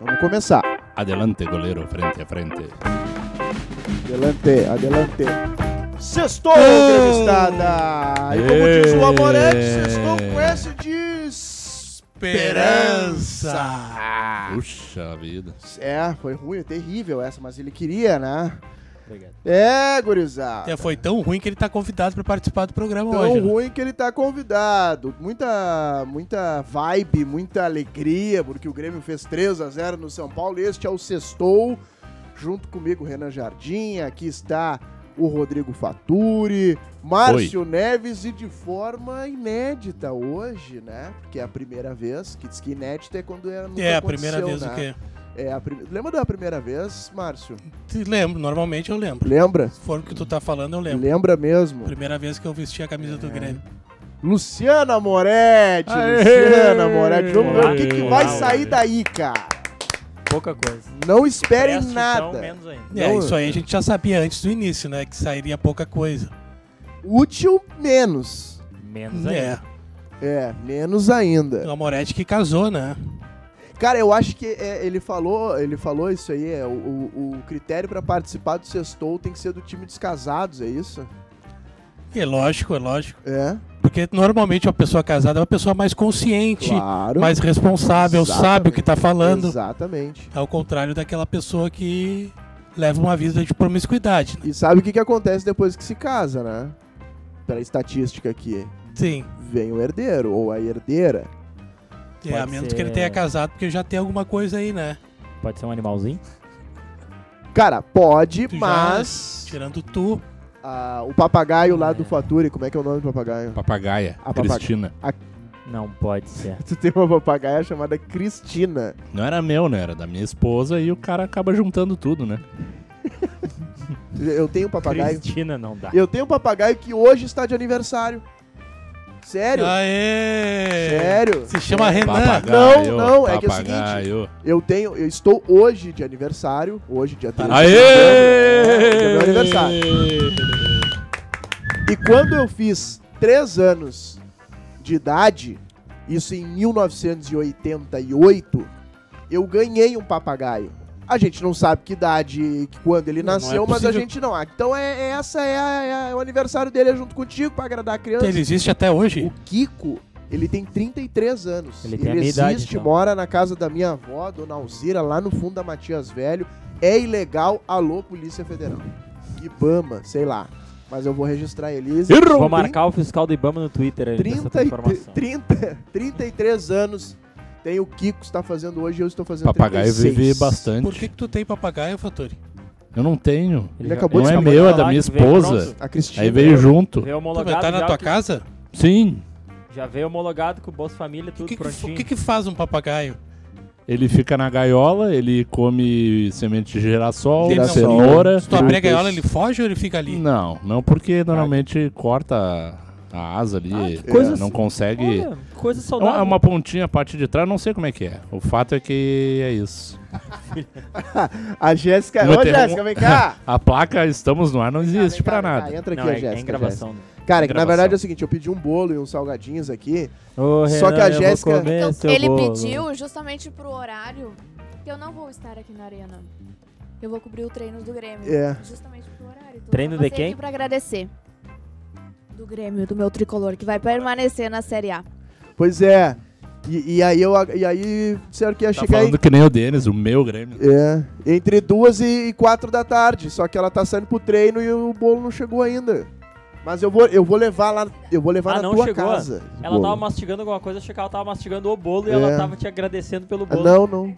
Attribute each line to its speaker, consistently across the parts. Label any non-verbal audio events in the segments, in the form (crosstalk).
Speaker 1: Vamos começar.
Speaker 2: Adelante, goleiro, frente a frente.
Speaker 1: Adelante, adelante. Sextou, entrevistada! E como diz o Amorete, sextou com S de esperança.
Speaker 2: Puxa vida.
Speaker 1: É, foi ruim, é terrível essa, mas ele queria, né?
Speaker 3: Obrigado.
Speaker 1: É, gurizada.
Speaker 3: É, foi tão ruim que ele tá convidado pra participar do programa
Speaker 1: Tão
Speaker 3: hoje. né?
Speaker 1: ruim que ele tá convidado. Muita, muita vibe, muita alegria, porque o Grêmio fez 3 a 0 no São Paulo. Este é o Sextou. Junto comigo, Renan Jardim. Aqui está o Rodrigo Faturi, Márcio Neves e de forma inédita hoje, né? Porque é a primeira vez. Que diz que inédita é quando é nunca
Speaker 3: É, a primeira vez
Speaker 1: aconteceu,
Speaker 3: o
Speaker 1: né?
Speaker 3: quê?
Speaker 1: É a prime... Lembra da primeira vez, Márcio?
Speaker 3: Te lembro, normalmente eu lembro.
Speaker 1: Lembra?
Speaker 3: Se for o que tu tá falando, eu lembro.
Speaker 1: Lembra mesmo.
Speaker 3: Primeira vez que eu vesti a camisa do Grêmio.
Speaker 1: Luciana Moretti, Luciana Moretti. Vamos ver o que, que
Speaker 4: Aê!
Speaker 1: vai
Speaker 4: Uau,
Speaker 1: sair
Speaker 4: velho.
Speaker 1: daí, cara.
Speaker 4: Pouca coisa.
Speaker 1: Não esperem
Speaker 4: Presto, então,
Speaker 1: nada.
Speaker 4: menos ainda.
Speaker 3: É,
Speaker 1: Não,
Speaker 3: isso aí a gente já sabia antes do início, né? Que sairia pouca coisa.
Speaker 1: Útil, menos.
Speaker 4: Menos
Speaker 3: É.
Speaker 4: ainda.
Speaker 1: É, menos ainda.
Speaker 3: O Amorete que casou, né?
Speaker 1: Cara, eu acho que é, ele falou, ele falou isso aí, é, o, o- o critério pra participar do sextou tem que ser do time dos casados, é isso?
Speaker 3: E é lógico, é lógico.
Speaker 1: É,
Speaker 3: Porque normalmente uma pessoa casada é uma pessoa mais consciente,
Speaker 1: claro.
Speaker 3: mais responsável, sabe o que tá falando.
Speaker 1: Exatamente.
Speaker 3: Ao contrário daquela pessoa que leva uma vida de promiscuidade. né?
Speaker 1: E sabe o que, que acontece depois que se casa, né? Pela estatística aqui,
Speaker 3: Sim.
Speaker 1: vem o herdeiro ou a herdeira.
Speaker 3: É, a
Speaker 4: Pode
Speaker 3: menos
Speaker 4: ser-
Speaker 3: que ele tenha casado, porque já tem alguma coisa aí, né?
Speaker 4: Pode ser um animalzinho?
Speaker 1: Cara, pode,
Speaker 3: Tu já-
Speaker 1: mas.
Speaker 3: Tirando tu.
Speaker 1: Ah, o papagaio lá do
Speaker 4: É.
Speaker 1: Faturi, como é que é o nome do papagaio? (laughs)
Speaker 2: Papagaia,
Speaker 1: A papagaia.
Speaker 2: Cristina.
Speaker 4: Não pode ser.
Speaker 1: Tu tem uma papagaia chamada Cristina.
Speaker 2: Não era meu, né? Era da minha esposa e o cara acaba juntando tudo, né?
Speaker 1: Eu tenho um papagaio.
Speaker 4: Cristina não dá.
Speaker 1: Eu tenho um papagaio que hoje está de aniversário. Sério?
Speaker 3: Ah, Aê!
Speaker 1: Sério?
Speaker 3: Se chama Renan.
Speaker 2: Papagaio,
Speaker 1: não, é que é o
Speaker 2: papagaio.
Speaker 1: Eu tenho, eu estou hoje de aniversário, hoje dia 13. de
Speaker 2: Aê!
Speaker 1: novembro, é meu aniversário. E quando eu fiz 3 anos de idade, isso em 1988, eu ganhei um papagaio. A gente não sabe que idade, e que quando ele
Speaker 3: Não, não é
Speaker 1: nasceu, mas a
Speaker 3: possível.
Speaker 1: gente não. Ah, então é, é essa é, a- é a- é o aniversário dele é junto contigo pra agradar a criança.
Speaker 3: Ele existe até hoje?
Speaker 1: O Kiko, ele tem 33 anos.
Speaker 4: Ele tem a minha idade,
Speaker 1: existe,
Speaker 4: então.
Speaker 1: mora na casa da minha avó, Dona Alzira, lá no fundo da Matias Velho. É ilegal, alô, Polícia Federal. Ibama, sei lá. Mas eu vou registrar ele. Existe-
Speaker 4: Vou marcar o fiscal do Ibama no Twitter ali dessa
Speaker 1: 30,
Speaker 4: informação.
Speaker 1: 30, 33 anos tem o Kiko que está fazendo hoje eu estou fazendo
Speaker 2: Papagaio
Speaker 1: 36.
Speaker 2: vive
Speaker 3: Por
Speaker 2: bastante.
Speaker 3: que, que tu tem papagaio, Fatori?
Speaker 2: Eu não tenho.
Speaker 1: Ele acabou
Speaker 2: Não
Speaker 1: de
Speaker 2: é
Speaker 1: escapar
Speaker 2: meu, é
Speaker 4: lá
Speaker 2: da minha
Speaker 4: que veio
Speaker 2: esposa.
Speaker 1: A Cristina.
Speaker 2: Aí veio junto.
Speaker 4: Veio
Speaker 3: Tá,
Speaker 4: homologado
Speaker 3: mas tá
Speaker 4: já,
Speaker 3: na tua
Speaker 4: que-
Speaker 3: casa?
Speaker 2: Sim,
Speaker 4: Já veio homologado com o Bolsa Família, tudo
Speaker 3: O que, que, fa-
Speaker 4: prontinho.
Speaker 3: o que que faz um papagaio?
Speaker 2: ele fica na gaiola, ele come semente de girassol,
Speaker 3: Ele não-
Speaker 2: cenoura.
Speaker 3: Se tu abrir a
Speaker 2: frutas.
Speaker 3: gaiola, ele foge ou ele fica ali?
Speaker 2: Não, não porque normalmente corta a- a asa ali,
Speaker 4: Ah, que
Speaker 2: é,
Speaker 4: coisa
Speaker 2: não
Speaker 4: assim.
Speaker 2: consegue.
Speaker 4: Olha, coisa
Speaker 2: É uma-
Speaker 4: saudável.
Speaker 2: é uma pontinha a parte de trás, não sei como é que é. O fato é que é isso.
Speaker 1: A Jéssica.
Speaker 2: Vou
Speaker 1: Ô,
Speaker 2: ter um-
Speaker 1: Jéssica, vem cá.
Speaker 2: A placa Estamos no ar (laughs) não existe
Speaker 1: Vem cá,
Speaker 2: pra
Speaker 1: vem cá,
Speaker 2: nada.
Speaker 1: Entra aqui
Speaker 4: Não,
Speaker 1: a
Speaker 4: é,
Speaker 1: Jéssica.
Speaker 4: é em gravação. né?
Speaker 1: Jéssica. Cara, que na
Speaker 2: Gravação.
Speaker 1: verdade é o seguinte, eu pedi um bolo e uns salgadinhos aqui.
Speaker 4: Ô,
Speaker 1: Só
Speaker 4: Renan,
Speaker 1: que a
Speaker 4: eu vou
Speaker 1: Jéssica-
Speaker 4: comer
Speaker 5: Então,
Speaker 4: seu
Speaker 5: ele
Speaker 4: bolo.
Speaker 5: pediu justamente pro horário que eu não vou estar aqui na arena. Eu vou cobrir o treino do Grêmio.
Speaker 1: É.
Speaker 5: Justamente pro horário. Então,
Speaker 4: Treino
Speaker 5: eu só
Speaker 4: de
Speaker 5: passei
Speaker 4: quem?
Speaker 5: aqui Pra agradecer. Do Grêmio, do meu tricolor, que vai permanecer na Série A.
Speaker 1: Pois é. E, e aí eu e aí disseram que ia
Speaker 2: Tá
Speaker 1: chegar
Speaker 2: falando que nem o Denis, o meu Grêmio.
Speaker 1: em- é, entre duas e, e quatro da tarde. Só que ela tá saindo pro treino e o bolo não chegou ainda. Mas eu vou, eu vou levar lá. Eu vou levar
Speaker 4: Ah,
Speaker 1: na
Speaker 4: não
Speaker 1: tua
Speaker 4: chegou?
Speaker 1: casa. o
Speaker 4: Ela tava
Speaker 1: bolo.
Speaker 4: mastigando alguma coisa, achei que ela tava mastigando o bolo e
Speaker 1: É.
Speaker 4: ela tava te agradecendo pelo
Speaker 1: Ah,
Speaker 4: bolo.
Speaker 1: Não, não.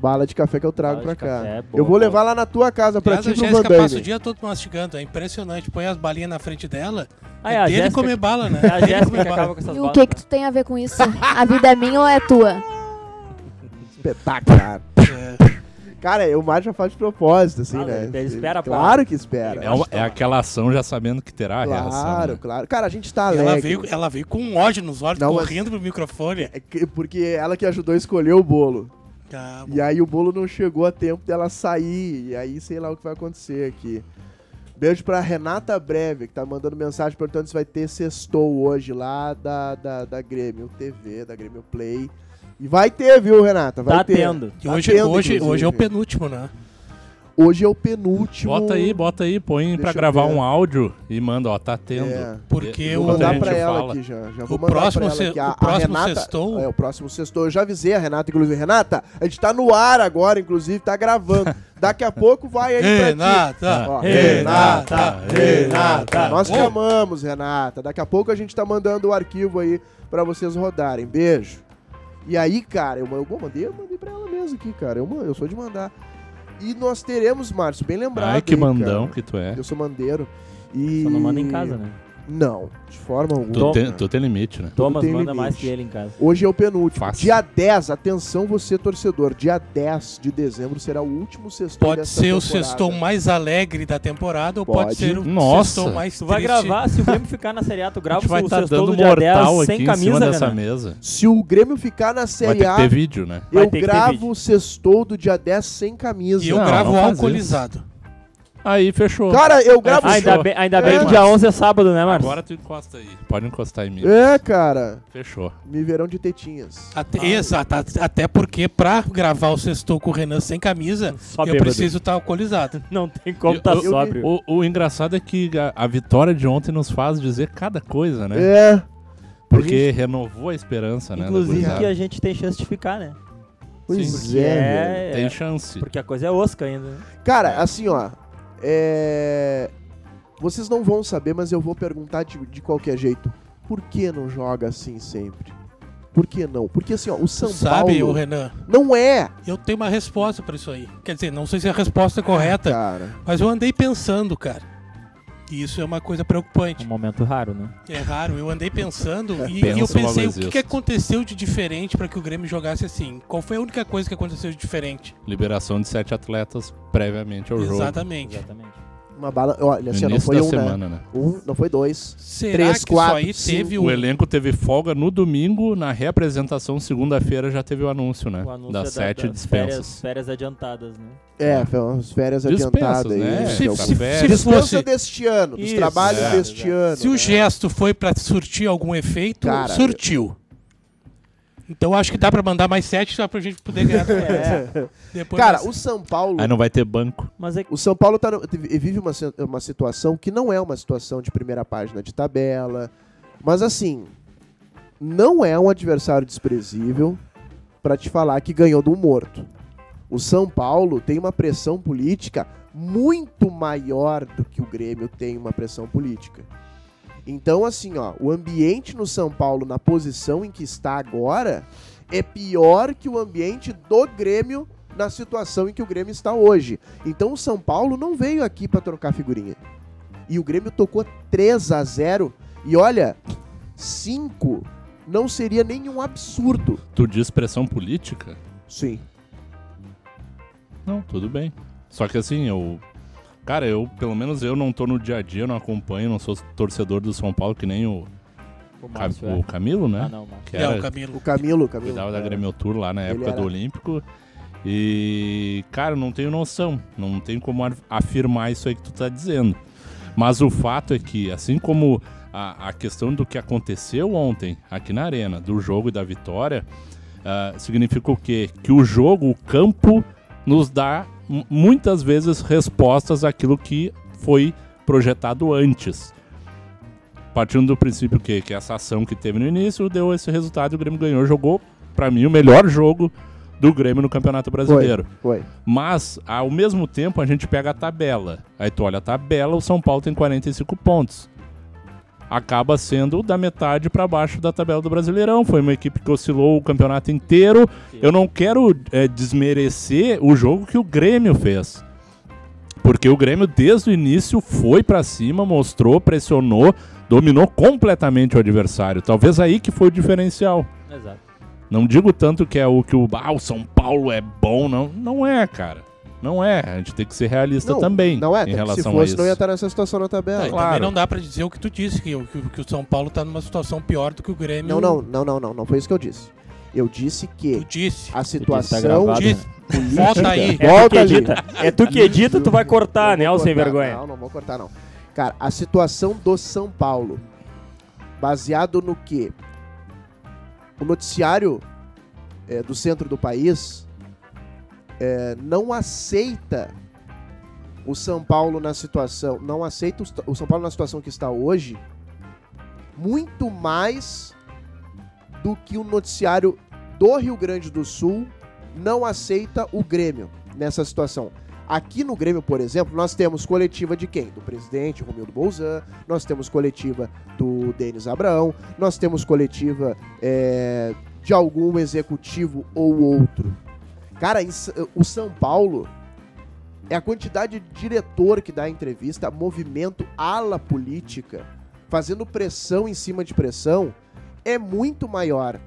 Speaker 1: Bala de café que eu trago
Speaker 4: Bala
Speaker 1: pra
Speaker 4: de
Speaker 1: cá.
Speaker 4: café, é boa,
Speaker 1: eu vou
Speaker 4: boa.
Speaker 1: levar lá na tua casa pra
Speaker 3: Aliás,
Speaker 1: ti
Speaker 3: a
Speaker 1: e pro
Speaker 3: Jéssica passa o
Speaker 1: Vandane.
Speaker 3: dia todo mastigando. É impressionante. Põe as balinhas na frente dela.
Speaker 4: Ah,
Speaker 3: e
Speaker 4: é a
Speaker 3: dele
Speaker 4: Jéssica.
Speaker 3: comer bala, né?
Speaker 4: É (laughs) a
Speaker 3: Dele
Speaker 4: Jéssica
Speaker 3: comer
Speaker 4: que
Speaker 3: bala.
Speaker 4: acaba com essas
Speaker 5: E
Speaker 4: balas.
Speaker 5: o que que tu tem a ver com isso? A vida é minha ou é tua?
Speaker 1: Espetáculo.
Speaker 3: (laughs)
Speaker 1: cara.
Speaker 3: É.
Speaker 1: Cara, eu mais já faz de propósito, assim,
Speaker 4: Ah,
Speaker 1: né?
Speaker 4: ele espera a
Speaker 1: Claro
Speaker 4: bala.
Speaker 1: que espera.
Speaker 2: É, uma- é aquela ação já sabendo que terá a reação.
Speaker 1: Claro,
Speaker 2: né?
Speaker 1: claro. Cara, a gente tá alegre.
Speaker 3: Ela veio, ela veio com ódio nos olhos,
Speaker 1: Não, mas-
Speaker 3: correndo pro microfone.
Speaker 1: É que- Porque ela que ajudou a escolher o bolo.
Speaker 3: Tá bom.
Speaker 1: E aí o bolo não chegou a tempo dela sair. E aí sei lá o que vai acontecer aqui. Beijo pra Renata Breve, que tá mandando mensagem perguntando se vai ter sextou hoje lá da, da, da Grêmio TV, da Grêmio Play. E vai ter, viu, Renata? Vai
Speaker 4: Tá
Speaker 1: ter.
Speaker 4: tendo.
Speaker 3: E
Speaker 1: Tá
Speaker 3: hoje,
Speaker 1: tendo,
Speaker 3: hoje, hoje é o
Speaker 1: inclusive.
Speaker 3: penúltimo, né?
Speaker 1: Hoje é o penúltimo.
Speaker 2: Bota aí, bota aí, põe
Speaker 1: um- Deixa
Speaker 2: pra
Speaker 1: eu
Speaker 2: gravar
Speaker 1: ver.
Speaker 2: um áudio e manda, ó, tá tendo.
Speaker 1: É.
Speaker 3: Porque
Speaker 1: Vou
Speaker 2: Vou
Speaker 3: o.
Speaker 1: mandar
Speaker 2: gente
Speaker 1: pra ela
Speaker 2: fala.
Speaker 1: aqui já. já vou
Speaker 3: O
Speaker 1: mandar
Speaker 3: próximo
Speaker 1: pra ela
Speaker 3: se-
Speaker 1: aqui.
Speaker 3: o
Speaker 1: A, a
Speaker 3: próximo
Speaker 1: Renata,
Speaker 3: sextou?
Speaker 1: É, o próximo sextou. Eu já avisei a Renata, inclusive. Renata, a gente tá no ar agora, inclusive, tá
Speaker 2: (laughs)
Speaker 1: gravando. Daqui a pouco vai aí pra ti.
Speaker 2: Tá,
Speaker 3: Renata!
Speaker 1: Ó,
Speaker 3: Renata! Renata!
Speaker 1: Nós te
Speaker 3: Ô,
Speaker 1: amamos, Renata. Daqui a pouco a gente tá mandando o arquivo aí pra vocês rodarem. Beijo. E aí, cara, eu, eu, bom, mandei, eu mandei pra ela mesmo aqui, cara. Eu, man- eu sou de mandar. E nós teremos, Márcio, bem lembrado.
Speaker 2: Ai, que
Speaker 1: aí,
Speaker 2: mandão
Speaker 1: cara.
Speaker 2: que tu é.
Speaker 1: Eu sou mandeiro. E...
Speaker 4: Só não manda em casa, né?
Speaker 1: Não, de forma alguma.
Speaker 2: Tu tem, tu tem limite, né?
Speaker 4: Thomas
Speaker 1: tem
Speaker 4: manda
Speaker 1: limite.
Speaker 4: mais que ele em casa.
Speaker 1: Hoje é o penúltimo.
Speaker 2: Fácil.
Speaker 1: Dia 10, atenção você torcedor, dia 10 de dezembro será o último sextou
Speaker 3: Pode
Speaker 1: dessa
Speaker 3: ser o
Speaker 1: temporada.
Speaker 3: sextou mais alegre da temporada ou
Speaker 1: Pode.
Speaker 3: pode ser o
Speaker 2: Nossa.
Speaker 3: sextou mais
Speaker 4: Tu vai
Speaker 3: triste.
Speaker 4: gravar, se o Grêmio ficar na Série A, tu
Speaker 2: A
Speaker 4: grava
Speaker 2: gente vai
Speaker 4: o
Speaker 2: estar tá
Speaker 4: sextou
Speaker 2: dando
Speaker 4: do dia 10
Speaker 2: mortal aqui
Speaker 4: sem
Speaker 2: em cima
Speaker 4: camisa,
Speaker 2: dessa
Speaker 4: Renan.
Speaker 2: mesa.
Speaker 1: Se o Grêmio ficar na
Speaker 2: Vai
Speaker 1: Série
Speaker 2: ter
Speaker 1: A,
Speaker 2: que ter vídeo, né?
Speaker 4: Vai
Speaker 1: eu
Speaker 4: ter que ter
Speaker 1: gravo
Speaker 4: vídeo.
Speaker 1: o sextou do dia 10 sem camisa.
Speaker 3: E eu
Speaker 2: Não,
Speaker 3: gravo
Speaker 2: não faz
Speaker 3: alcoolizado.
Speaker 2: Aí, fechou.
Speaker 1: Cara, eu gravo
Speaker 4: Ah, ainda
Speaker 2: Fechou.
Speaker 4: bem, ainda
Speaker 1: É,
Speaker 4: bem que dia
Speaker 2: Márcio.
Speaker 4: 11 é sábado, né, Márcio?
Speaker 2: Agora tu encosta aí. Pode encostar em mim.
Speaker 1: É, cara.
Speaker 2: Fechou.
Speaker 1: Me verão de tetinhas.
Speaker 3: Até, exato, at- até porque pra gravar o sextou com o Renan sem camisa,
Speaker 4: Só
Speaker 3: eu
Speaker 4: bêbado.
Speaker 3: preciso estar alcoolizado.
Speaker 4: Não tem como
Speaker 2: Eu-
Speaker 4: tá
Speaker 2: eu-
Speaker 4: sóbrio.
Speaker 2: O, o engraçado é que a, a vitória de ontem nos faz dizer cada coisa, né?
Speaker 1: É.
Speaker 2: Porque renovou a esperança, né? da
Speaker 4: Inclusive
Speaker 2: gurizada.
Speaker 4: que a gente tem chance de ficar, né?
Speaker 1: Pois
Speaker 2: Sim.
Speaker 1: é, velho.
Speaker 4: é,
Speaker 2: Tem
Speaker 4: é,
Speaker 2: chance.
Speaker 4: porque a coisa é osca ainda. né?
Speaker 1: Cara, assim, ó. É... Vocês não vão saber, mas eu vou perguntar de, de qualquer jeito. Por que não joga assim sempre? Por que não? Porque assim, ó, o São
Speaker 3: Tu sabe,
Speaker 1: Paulo
Speaker 3: ô Renan?
Speaker 1: não é,
Speaker 3: Eu tenho uma resposta pra isso aí. Quer dizer, não sei se a resposta é correta,
Speaker 1: cara.
Speaker 3: mas eu andei pensando, cara. E isso é uma coisa preocupante.
Speaker 4: Um momento raro, né?
Speaker 3: É raro, eu andei
Speaker 1: É,
Speaker 3: pensando e,
Speaker 2: Pensa
Speaker 3: e eu pensei
Speaker 2: logo
Speaker 3: o que,
Speaker 2: existe.
Speaker 3: que aconteceu de diferente pra que o Grêmio jogasse assim. Qual foi a única coisa que aconteceu de diferente?
Speaker 2: Liberação de sete atletas previamente ao jogo.
Speaker 3: Exatamente.
Speaker 4: Exatamente.
Speaker 1: Uma bala. Olha,
Speaker 2: No
Speaker 1: assim, ó,
Speaker 2: início
Speaker 1: não foi
Speaker 2: da
Speaker 1: um, né?
Speaker 2: semana, né?
Speaker 1: Um, não foi dois.
Speaker 3: Será
Speaker 1: Três,
Speaker 3: que
Speaker 1: quatro,
Speaker 3: isso aí
Speaker 1: cinco.
Speaker 3: teve um...
Speaker 2: O elenco teve folga no domingo, na reapresentação segunda-feira já teve o anúncio, né?
Speaker 4: O anúncio é
Speaker 2: das sete
Speaker 4: das Férias,
Speaker 2: dispensas.
Speaker 4: férias adiantadas, né?
Speaker 1: É, foi umas férias
Speaker 2: Dispensas,
Speaker 1: adiantadas.
Speaker 2: né?
Speaker 1: aí,
Speaker 3: Se-
Speaker 1: de
Speaker 3: se-
Speaker 1: algum-
Speaker 2: se
Speaker 1: Dispensa
Speaker 3: fosse-
Speaker 1: deste ano, dos
Speaker 4: Isso,
Speaker 1: trabalhos
Speaker 2: é,
Speaker 1: deste ano.
Speaker 3: Se o
Speaker 1: né?
Speaker 3: gesto foi pra surtir algum efeito,
Speaker 1: Cara,
Speaker 3: surtiu. Então acho que dá pra mandar mais sete só pra gente
Speaker 1: (laughs)
Speaker 3: poder ganhar. Depois
Speaker 1: É. Cara,
Speaker 3: nós-
Speaker 1: o São Paulo.
Speaker 2: Aí não vai ter banco.
Speaker 4: Mas é que
Speaker 1: O São Paulo tá no- vive uma, si- uma situação que não é uma situação de primeira página de tabela, mas assim, não é um adversário desprezível pra te falar que ganhou do morto. O São Paulo tem uma pressão política muito maior do que o Grêmio tem uma pressão política. Então, assim, ó, o ambiente no São Paulo, na posição em que está agora, é pior que o ambiente do Grêmio na situação em que o Grêmio está hoje. Então o São Paulo não veio aqui pra trocar figurinha. E o Grêmio tocou 3 a 0 e olha, 5 não seria nenhum absurdo.
Speaker 2: Tu diz pressão política?
Speaker 1: Sim.
Speaker 2: Não, tudo bem. Só que assim, eu. Cara, eu, pelo menos eu não tô no dia a dia, não acompanho, não sou torcedor do São Paulo, que nem o,
Speaker 4: o
Speaker 2: Ca-
Speaker 4: Márcio é.
Speaker 2: o Camilo, né?
Speaker 4: Ah, não, Márcio.
Speaker 2: Que
Speaker 3: Não,
Speaker 2: era,
Speaker 1: O
Speaker 3: Camilo.
Speaker 1: Camilo, o Camilo. É.
Speaker 2: cuidava da
Speaker 1: cara.
Speaker 2: Grêmio Tour lá na
Speaker 1: Ele
Speaker 2: época do
Speaker 1: era-
Speaker 2: Olímpico. E, cara, eu não tenho noção. Não tem como ar- afirmar isso aí que tu tá dizendo. Mas o fato é que, assim como a, a questão do que aconteceu ontem aqui na arena, do jogo e da vitória, ah, significa o quê? Que o jogo, o campo, nos dá mu- muitas vezes respostas àquilo que foi projetado antes. Partindo do princípio que, que essa ação que teve no início deu esse resultado e o Grêmio ganhou, jogou, pra mim, o melhor jogo do Grêmio no Campeonato Brasileiro.
Speaker 1: Foi.
Speaker 2: Mas, ao mesmo tempo, a gente pega a tabela. Aí tu olha a tabela, o São Paulo tem 45 pontos. Acaba sendo da metade pra baixo da tabela do Brasileirão. Foi uma equipe que oscilou o campeonato inteiro. Eu não quero eh, desmerecer o jogo que o Grêmio fez. Porque o Grêmio, desde o início, foi pra cima, mostrou, pressionou, dominou completamente o adversário. Talvez aí que foi o diferencial.
Speaker 4: Exato.
Speaker 2: Não digo tanto que é o que o, ah, o São Paulo é bom, não. Não é, cara. Não é. A gente tem que ser realista
Speaker 1: Não,
Speaker 2: também
Speaker 1: Não é,
Speaker 2: em
Speaker 1: até porque se
Speaker 2: relação
Speaker 1: fosse, não
Speaker 2: a
Speaker 1: ia
Speaker 2: isso.
Speaker 1: estar nessa situação na
Speaker 3: Tá,
Speaker 1: tabela.
Speaker 3: e Também
Speaker 2: claro.
Speaker 3: não dá pra dizer o que tu disse, que, o- que o- que o São Paulo tá numa situação pior do que o Grêmio.
Speaker 1: Não, não, não, não, não, não foi isso que eu disse. Eu disse
Speaker 3: Tu
Speaker 1: que
Speaker 3: disse.
Speaker 1: a
Speaker 4: gravado,
Speaker 1: situação
Speaker 4: né?
Speaker 3: Disse. Volta aí.
Speaker 4: É tu que
Speaker 1: Volta ali.
Speaker 4: edita. É tu que edita, tu vai cortar,
Speaker 1: Não
Speaker 4: né,
Speaker 1: vou
Speaker 4: o sem
Speaker 1: cortar,
Speaker 4: vergonha.
Speaker 1: Não, não vou cortar, não. Cara, a situação do São Paulo, baseado no que o noticiário é, do centro do país é, não aceita o São Paulo na situação, não aceita o sta- o São Paulo na situação que está hoje, muito mais do que o noticiário do Rio Grande do Sul não aceita o Grêmio nessa situação. Aqui no Grêmio, por exemplo, nós temos coletiva de quem? Do presidente Romildo Bolzan, nós temos coletiva do Denis Abraão, nós temos coletiva é, de algum executivo ou outro. Cara, em S- o São Paulo é a quantidade de diretor que dá entrevista, movimento, ala política, fazendo pressão em cima de pressão, é muito maior.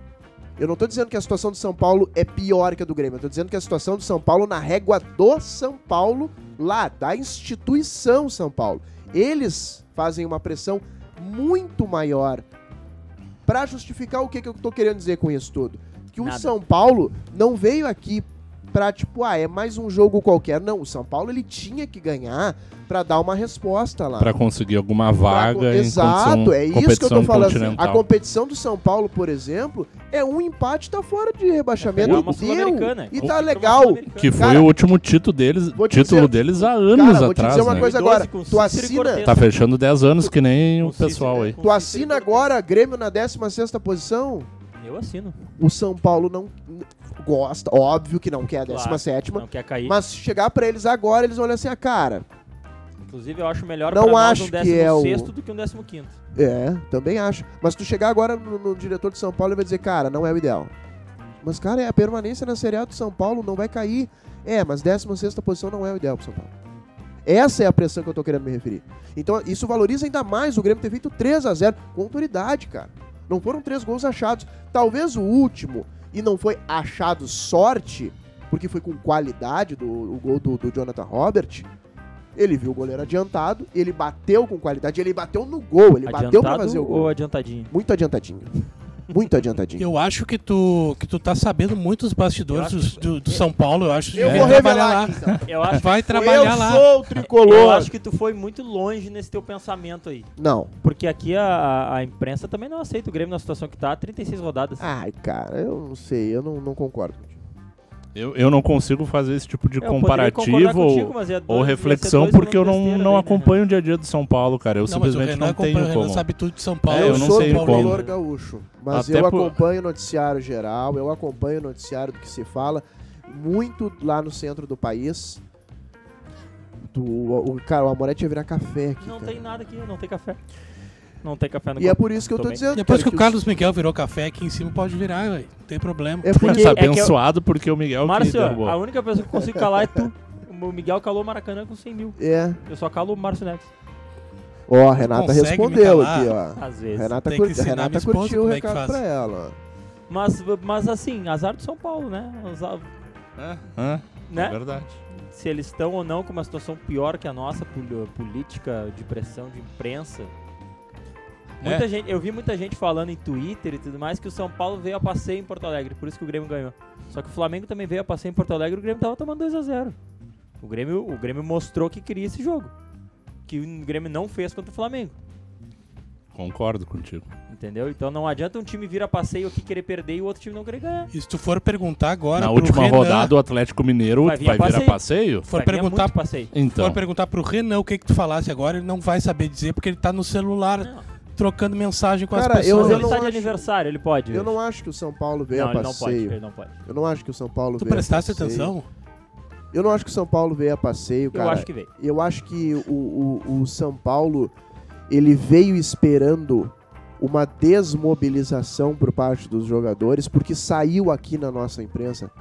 Speaker 1: Eu não tô dizendo que a situação do São Paulo é pior que a do Grêmio. Eu tô dizendo que a situação do São Paulo, na régua do São Paulo, lá, da instituição São Paulo, eles fazem uma pressão muito maior Pra justificar o que, que eu tô querendo dizer com isso tudo. Que o
Speaker 4: Nada.
Speaker 1: São Paulo não veio aqui pra, tipo, ah, é mais um jogo qualquer. Não, o São Paulo ele tinha que ganhar pra dar uma resposta lá.
Speaker 2: Pra conseguir alguma vaga
Speaker 1: Pra-
Speaker 2: em
Speaker 1: Exato,
Speaker 2: condição-
Speaker 1: é isso que eu
Speaker 2: competição
Speaker 1: tô falando.
Speaker 2: continental.
Speaker 1: A competição do São Paulo, por exemplo, é um empate, tá fora de rebaixamento.
Speaker 4: pegar É, uma
Speaker 1: Deu,
Speaker 4: Sul-Americana.
Speaker 1: e
Speaker 2: Ou
Speaker 1: tá legal.
Speaker 2: Que foi
Speaker 1: Cara,
Speaker 2: o último título deles,
Speaker 1: vou te
Speaker 2: título
Speaker 1: dizer-
Speaker 2: deles há anos
Speaker 1: Cara, vou te
Speaker 2: atrás,
Speaker 1: dizer uma
Speaker 2: né?
Speaker 1: coisa
Speaker 4: 2012
Speaker 1: agora.
Speaker 4: com né?
Speaker 1: Tu
Speaker 4: Cícero e
Speaker 1: assina,
Speaker 4: Cortez.
Speaker 2: Tá fechando 10 anos que nem o pessoal aí.
Speaker 1: tu assina agora Grêmio na 16 posição?
Speaker 4: Eu assino.
Speaker 1: O São Paulo não n- gosta, óbvio que não quer a
Speaker 4: Claro,
Speaker 1: 17
Speaker 4: Não quer cair.
Speaker 1: Mas se chegar pra eles agora, eles olham assim, ah, cara,
Speaker 4: Inclusive, eu acho melhor
Speaker 1: Não
Speaker 4: pra nós
Speaker 1: acho
Speaker 4: um
Speaker 1: que
Speaker 4: 16
Speaker 1: é o-
Speaker 4: do que um 15.
Speaker 1: é, também acho. Mas tu chegar agora no, no diretor de São Paulo e vai dizer, cara, não é o ideal. Mas, cara, é a permanência na Série A do São Paulo, não vai cair. É, mas 16ª posição não é o ideal pro São Paulo. Essa é a pressão que eu tô querendo me referir. Então, isso valoriza ainda mais o Grêmio ter feito 3 a 0 com autoridade, cara. Não foram três gols achados. Talvez o último, e não foi achado sorte, porque foi com qualidade do, o gol do, do Jonathan Robert. Ele viu o goleiro adiantado, ele bateu com qualidade, ele bateu no gol, ele bateu pra fazer o
Speaker 4: Adiantado
Speaker 1: gol.
Speaker 4: ou adiantadinho?
Speaker 1: Muito adiantadinho. Muito adiantadinho.
Speaker 3: Eu acho que tu, que tu tá sabendo muito os bastidores
Speaker 4: Eu acho
Speaker 3: do, do- do São Paulo, eu acho.
Speaker 1: Eu
Speaker 3: Vai
Speaker 1: vou
Speaker 3: trabalhar
Speaker 1: revelar
Speaker 3: lá.
Speaker 1: aqui, então.
Speaker 4: (laughs)
Speaker 2: (laughs)
Speaker 4: Eu acho,
Speaker 3: Vai
Speaker 1: eu
Speaker 3: trabalhar lá.
Speaker 1: sou o
Speaker 4: eu
Speaker 1: tricolor.
Speaker 4: acho que tu foi muito longe nesse teu pensamento aí.
Speaker 1: Não.
Speaker 4: Porque aqui a, a imprensa também não aceita o Grêmio na situação que tá, 36 rodadas.
Speaker 2: Ah,
Speaker 1: Ai, cara, eu não sei, eu não, não concordo contigo.
Speaker 2: Eu, eu não consigo fazer esse tipo de
Speaker 4: Eu poderia concordar
Speaker 2: comparativo
Speaker 4: contigo,
Speaker 2: ou,
Speaker 4: mas é dois-
Speaker 2: ou
Speaker 4: ia ser
Speaker 2: reflexão
Speaker 4: dois
Speaker 2: porque eu
Speaker 4: falando
Speaker 2: não,
Speaker 4: besteira
Speaker 2: não
Speaker 4: daí, né?
Speaker 2: acompanho o dia a dia do São Paulo, cara. Eu
Speaker 3: Não, mas o
Speaker 2: simplesmente
Speaker 3: Renan
Speaker 2: não
Speaker 3: acompanha,
Speaker 2: tenho
Speaker 3: o Renan
Speaker 2: como.
Speaker 3: sabe tudo de São Paulo.
Speaker 2: É, eu
Speaker 1: eu
Speaker 2: não
Speaker 1: sou
Speaker 2: sei
Speaker 1: do
Speaker 2: como.
Speaker 1: tricolor gaúcho, mas
Speaker 2: Até
Speaker 1: eu
Speaker 2: por-
Speaker 1: acompanho o noticiário geral, eu acompanho o noticiário do que se fala muito lá no centro do país. Do, o, cara, o Amorete ia virar café aqui.
Speaker 4: Não
Speaker 1: cara.
Speaker 4: tem nada aqui, não tem café. Não tem café no
Speaker 1: E é
Speaker 4: copo.
Speaker 1: por isso que eu tô
Speaker 4: Também.
Speaker 1: dizendo.
Speaker 3: Depois
Speaker 1: cara,
Speaker 3: que o Carlos Miguel virou café aqui em cima, pode virar, ué. Não tem problema.
Speaker 1: É por
Speaker 2: Mas
Speaker 1: isso.
Speaker 4: é que eu-
Speaker 2: abençoado porque o Miguel que
Speaker 4: Márcio,
Speaker 2: derrubou.
Speaker 4: a única pessoa que eu consigo calar é tu. O Miguel calou o Maracanã com 100 mil.
Speaker 1: É.
Speaker 4: Eu só calo o Márcio Neves.
Speaker 1: Ó, a Renata
Speaker 3: consegue me
Speaker 1: respondeu
Speaker 3: calar? Ah,
Speaker 1: aqui, ó.
Speaker 4: Às vezes.
Speaker 1: Renata,
Speaker 3: Tem que
Speaker 1: cur...
Speaker 3: ensinar
Speaker 1: Renata
Speaker 3: minha esposa
Speaker 1: curtiu o
Speaker 3: como é que
Speaker 1: recado
Speaker 3: faz.
Speaker 1: pra ela.
Speaker 4: Mas, mas assim, azar do São Paulo, né? Azar-
Speaker 2: Hã? É
Speaker 4: né?
Speaker 2: verdade.
Speaker 4: Se eles estão ou não com uma situação pior que a nossa, pol- política de pressão de imprensa. Muita gente, eu vi muita gente falando em Twitter e tudo mais que o São Paulo veio a passeio em Porto Alegre, por isso que o Grêmio ganhou. Só que o Flamengo também veio a passeio em Porto Alegre e o Grêmio tava tomando 2 a 0 o Grêmio, o Grêmio mostrou que queria esse jogo. Que o Grêmio não fez contra o Flamengo.
Speaker 2: Concordo contigo.
Speaker 4: Entendeu? Então não adianta um time vir a passeio aqui querer perder e o outro time não querer ganhar.
Speaker 3: E se tu for perguntar agora
Speaker 2: Na
Speaker 3: pro
Speaker 2: última
Speaker 3: Renan,
Speaker 2: rodada, o Atlético Mineiro vai
Speaker 4: Vai vir
Speaker 2: virar
Speaker 4: a
Speaker 2: passeio.
Speaker 3: for
Speaker 4: Vai ganhar
Speaker 3: perguntar,
Speaker 4: é muito passeio.
Speaker 2: Então,
Speaker 3: for perguntar pro Renan o que que tu falasse agora, ele não vai saber dizer porque ele tá no celular
Speaker 4: Não.
Speaker 3: trocando mensagem com
Speaker 1: Cara,
Speaker 3: as
Speaker 1: eu-
Speaker 4: Mas
Speaker 3: pessoas.
Speaker 1: eu
Speaker 4: ele
Speaker 1: não
Speaker 4: tá de
Speaker 1: acho-
Speaker 4: aniversário, ele pode.
Speaker 1: Eu não acho que o São Paulo veio
Speaker 4: não,
Speaker 1: a
Speaker 4: ele não pode,
Speaker 1: passeio.
Speaker 4: ele não pode.
Speaker 1: Eu não acho que o São Paulo
Speaker 3: Tu
Speaker 1: veio a
Speaker 3: prestasse
Speaker 1: passeio.
Speaker 3: atenção?
Speaker 1: Eu não acho que o São Paulo veio a passeio, cara.
Speaker 4: eu acho que veio.
Speaker 1: Eu acho que o, o, o São Paulo ele veio esperando uma desmobilização por parte dos jogadores, porque saiu aqui na nossa imprensa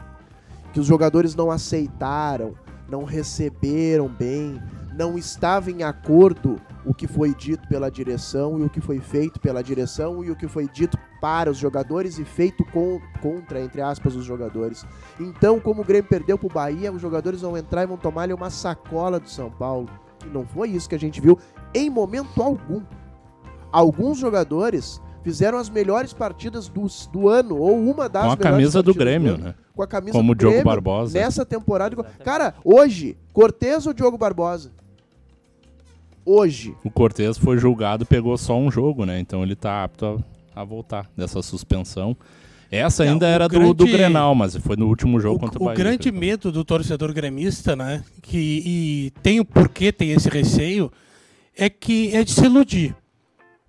Speaker 1: que os jogadores não aceitaram, não receberam bem, não estava em acordo o que foi dito pela direção e o que foi feito pela direção e o que foi dito para os jogadores e feito com- contra, entre aspas, os jogadores. Então, como o Grêmio perdeu pro Bahia, os jogadores vão entrar e vão tomar ali uma sacola do São Paulo. E não foi isso que a gente viu em momento algum. Alguns jogadores fizeram as melhores partidas do, do ano, ou uma das
Speaker 2: com a
Speaker 1: melhores
Speaker 2: camisa do
Speaker 1: partidas
Speaker 2: Grêmio,
Speaker 1: ano.
Speaker 2: né?
Speaker 1: Com a camisa
Speaker 2: Como o
Speaker 1: do
Speaker 2: Diogo
Speaker 1: Grêmio,
Speaker 2: Barbosa.
Speaker 1: Nessa temporada.
Speaker 4: Exatamente.
Speaker 1: Cara, hoje, Cortez ou Diogo Barbosa? Hoje.
Speaker 2: O Cortez foi julgado, pegou só um jogo, né? Então ele tá apto a, a voltar dessa suspensão. Essa
Speaker 3: Não,
Speaker 2: ainda
Speaker 3: É, o
Speaker 2: era do,
Speaker 3: grande-
Speaker 2: do Grenal, mas foi no último jogo contra o
Speaker 3: O, o
Speaker 2: Bahia.
Speaker 3: grande
Speaker 2: cara.
Speaker 3: medo do torcedor gremista, né? Que, e tem o porquê tem esse receio, é que é de se iludir.